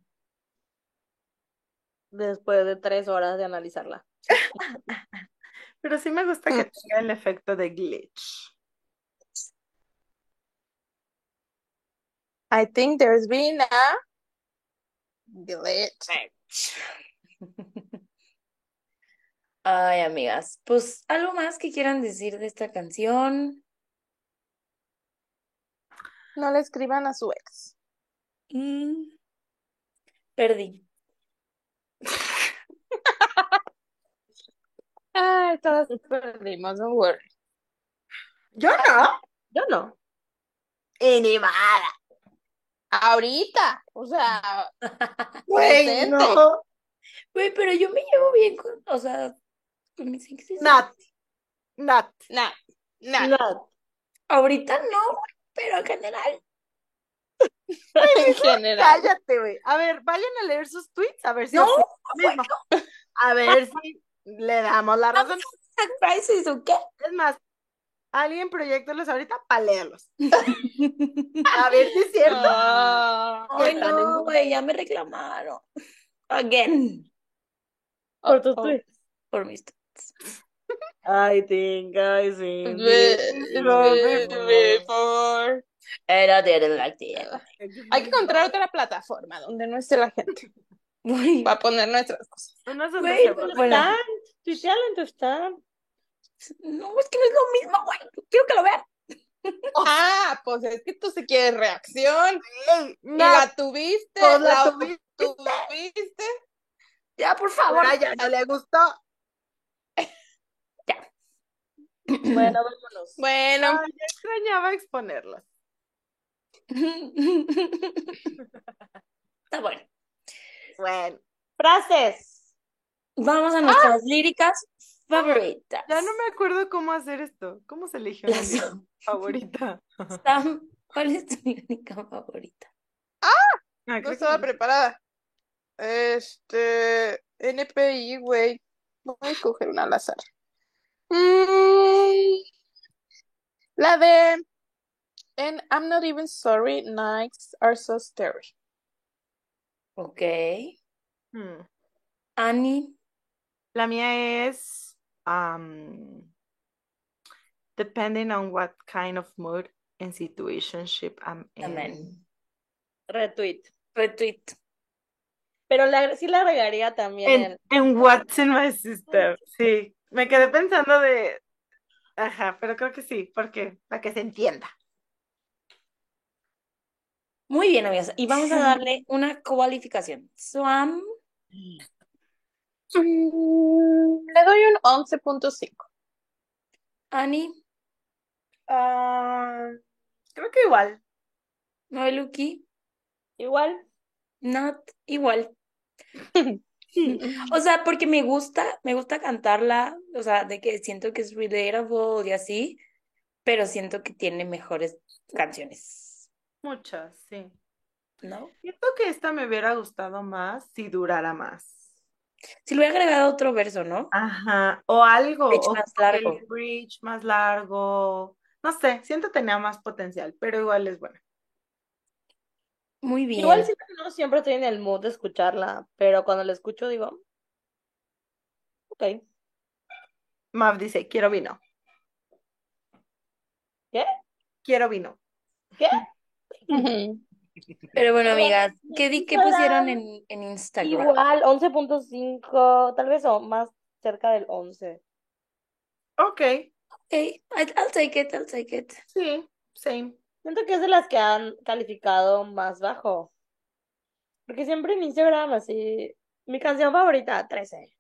[SPEAKER 3] Después de tres horas de analizarla.
[SPEAKER 5] Pero sí me gusta que tenga el efecto de glitch.
[SPEAKER 4] I think there's been a glitch.
[SPEAKER 2] Ay, amigas, pues algo más que quieran decir de esta canción.
[SPEAKER 4] No le escriban a su ex.
[SPEAKER 2] Mm, Perdí.
[SPEAKER 4] Ay, todas perdimos, no worry.
[SPEAKER 5] Yo no.
[SPEAKER 3] Yo no.
[SPEAKER 5] Animada.
[SPEAKER 4] Ahorita, o sea,
[SPEAKER 5] Güey,
[SPEAKER 4] Presente.
[SPEAKER 5] no.
[SPEAKER 2] Güey, pero yo me llevo bien con, o sea, con mis exes.
[SPEAKER 5] Nat. Nat.
[SPEAKER 4] nada, nada.
[SPEAKER 3] No.
[SPEAKER 2] Ahorita no, güey, pero en general.
[SPEAKER 4] en general.
[SPEAKER 5] Cállate, güey. A ver, vayan a leer sus tweets a ver si
[SPEAKER 2] No,
[SPEAKER 5] es lo
[SPEAKER 2] güey,
[SPEAKER 5] mismo. A ver si le damos la razón.
[SPEAKER 2] no, crisis, ¿o qué?
[SPEAKER 5] Es más, alguien proyectalos ahorita para leerlos. A ver si es cierto.
[SPEAKER 4] Ah,
[SPEAKER 2] Ay, no, güey, ya me reclamaron. Again,
[SPEAKER 3] Por tus
[SPEAKER 4] oh,
[SPEAKER 3] tweets.
[SPEAKER 2] por mis
[SPEAKER 3] I think I see.
[SPEAKER 2] Pues,
[SPEAKER 4] be-
[SPEAKER 5] Be-
[SPEAKER 4] be- before.
[SPEAKER 2] And I didn't like the end.
[SPEAKER 4] Hay que encontrar otra plataforma donde no esté la gente
[SPEAKER 2] Güey,
[SPEAKER 4] para poner nuestras cosas.
[SPEAKER 5] Unos son
[SPEAKER 2] Güey,
[SPEAKER 5] de
[SPEAKER 2] bueno,
[SPEAKER 5] Chevrolet.
[SPEAKER 2] bueno.
[SPEAKER 3] Stand. Tuiteala en tu stand.
[SPEAKER 2] No, es que no es lo mismo, güey. Quiero que lo vean.
[SPEAKER 4] Ah, pues es que tú sí quieres reacción.
[SPEAKER 5] Ey,
[SPEAKER 4] Y
[SPEAKER 5] Nat,
[SPEAKER 4] la tuviste,
[SPEAKER 5] pues la
[SPEAKER 4] la
[SPEAKER 5] tuviste.
[SPEAKER 4] tuviste.
[SPEAKER 2] Ya, por favor.
[SPEAKER 5] Ahora Ah, ya no le gustó.
[SPEAKER 3] Bueno, vámonos.
[SPEAKER 4] Bueno,
[SPEAKER 5] Ay, yo extrañaba exponerlos.
[SPEAKER 2] Está bueno.
[SPEAKER 5] Bueno,
[SPEAKER 3] Frases.
[SPEAKER 2] Vamos a nuestras líricas favoritas.
[SPEAKER 5] Ah. ya no me acuerdo cómo hacer esto. ¿Cómo se eligió una
[SPEAKER 2] Las-
[SPEAKER 5] lírica favorita?
[SPEAKER 2] Sam, ¿cuál es tu lírica favorita?
[SPEAKER 5] Ah,
[SPEAKER 4] no
[SPEAKER 5] creo
[SPEAKER 4] estaba
[SPEAKER 5] que-
[SPEAKER 4] preparada. Este, NPI, güey. Voy a escoger una al azar. Mm, la de And I'm not even sorry, nights are so scary.
[SPEAKER 2] Ok.
[SPEAKER 5] Hmm.
[SPEAKER 2] Annie.
[SPEAKER 5] La mía es um, depending on what kind of mood and situationship I'm in.
[SPEAKER 2] Amén.
[SPEAKER 3] Retweet.
[SPEAKER 2] Retweet.
[SPEAKER 3] Pero la, sí la agregaría también.
[SPEAKER 5] En,
[SPEAKER 3] el-
[SPEAKER 5] en What's in My Sister, sí. Me quedé pensando de. Ajá, pero creo que sí, porque para que se entienda.
[SPEAKER 2] Muy bien, amigas. Y vamos a darle una cualificación. Swam.
[SPEAKER 4] Mm, le doy un 11.5.
[SPEAKER 2] Annie.
[SPEAKER 5] Ah, creo que igual.
[SPEAKER 2] Noeluki.
[SPEAKER 3] Igual.
[SPEAKER 2] Not igual. O sea, porque me gusta, me gusta cantarla, o sea, de que siento que es relatable y así, pero siento que tiene mejores canciones,
[SPEAKER 5] Muchas, sí.
[SPEAKER 2] ¿no?
[SPEAKER 5] Siento que esta me hubiera gustado más si durara más.
[SPEAKER 2] Si le hubiera agregado otro verso, ¿no?
[SPEAKER 5] Ajá, o algo,
[SPEAKER 2] Bridge
[SPEAKER 5] o
[SPEAKER 2] más
[SPEAKER 5] como que
[SPEAKER 2] largo.
[SPEAKER 5] el bridge más largo. No sé, siento que tenía más potencial, pero igual es bueno.
[SPEAKER 2] Muy bien.
[SPEAKER 3] Igual siento que no siempre estoy en el mood de escucharla, pero cuando la escucho digo, ok,
[SPEAKER 5] Mav dice, quiero vino.
[SPEAKER 3] ¿Qué?
[SPEAKER 5] Quiero vino.
[SPEAKER 3] ¿qué?
[SPEAKER 4] Ujú.
[SPEAKER 2] Pero bueno, amigas, ¿qué, di- qué
[SPEAKER 3] Instagram.
[SPEAKER 2] pusieron en, en Instagram?
[SPEAKER 3] Igual, 11.5, tal vez o más, cerca del 11.
[SPEAKER 5] Ok,
[SPEAKER 2] Okay, I- I'll take it, I'll take it.
[SPEAKER 5] sí, same.
[SPEAKER 3] Siento que es de las que han calificado más bajo. Porque siempre en Instagram así, mi canción favorita, 13.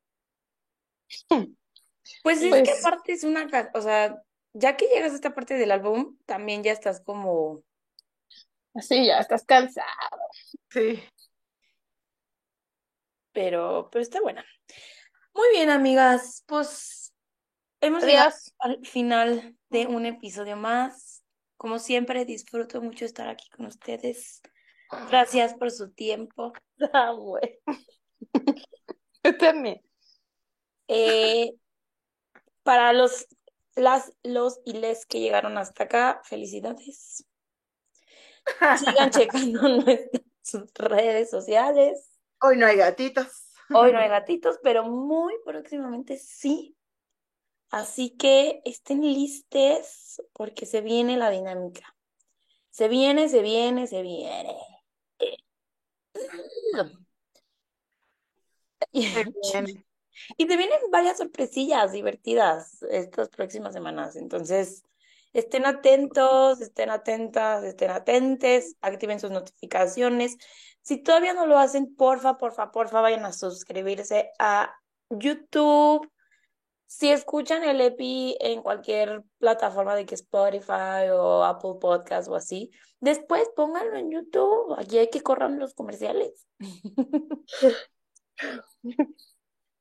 [SPEAKER 2] Pues es que
[SPEAKER 4] Pues-
[SPEAKER 2] aparte es una, ca- o sea, ya que llegas a esta parte del álbum, también ya estás como,
[SPEAKER 4] Así ya estás cansada.
[SPEAKER 5] Sí.
[SPEAKER 2] pero, pero está buena. Muy bien, amigas, pues hemos llegado
[SPEAKER 4] Adiós.
[SPEAKER 2] al final de un episodio más. Como siempre, disfruto mucho estar aquí con ustedes. Gracias por su tiempo.
[SPEAKER 3] Ah, güey.
[SPEAKER 4] Yo también.
[SPEAKER 2] Eh, para los, las, los y les que llegaron hasta acá, felicidades. Sigan checando nuestras redes sociales.
[SPEAKER 5] Hoy no hay gatitos.
[SPEAKER 2] Hoy no hay gatitos, pero muy próximamente sí. Así que estén listes porque se viene la dinámica. Se viene, se viene, se viene. Y,
[SPEAKER 5] Qué bien.
[SPEAKER 2] y te vienen varias sorpresillas divertidas estas próximas semanas. Entonces, estén atentos, estén atentas, estén atentes, activen sus notificaciones. Si todavía no lo hacen, porfa, porfa, porfa, vayan a suscribirse a YouTube. Si escuchan el EPI en cualquier plataforma de que Spotify o Apple Podcast o así, después pónganlo en YouTube. Aquí hay que corran los comerciales.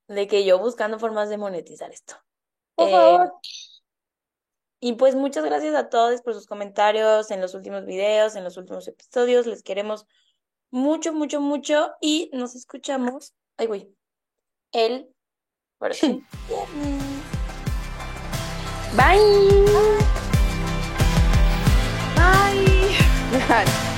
[SPEAKER 2] de que yo buscando formas de monetizar esto.
[SPEAKER 3] Por
[SPEAKER 2] Eh,
[SPEAKER 3] favor.
[SPEAKER 2] Y pues muchas gracias a todos por sus comentarios en los últimos videos, en los últimos episodios. Les queremos mucho, mucho, mucho y nos escuchamos. Ay, güey. El próximo viernes.
[SPEAKER 4] Bye.
[SPEAKER 5] Bye.
[SPEAKER 4] Bye.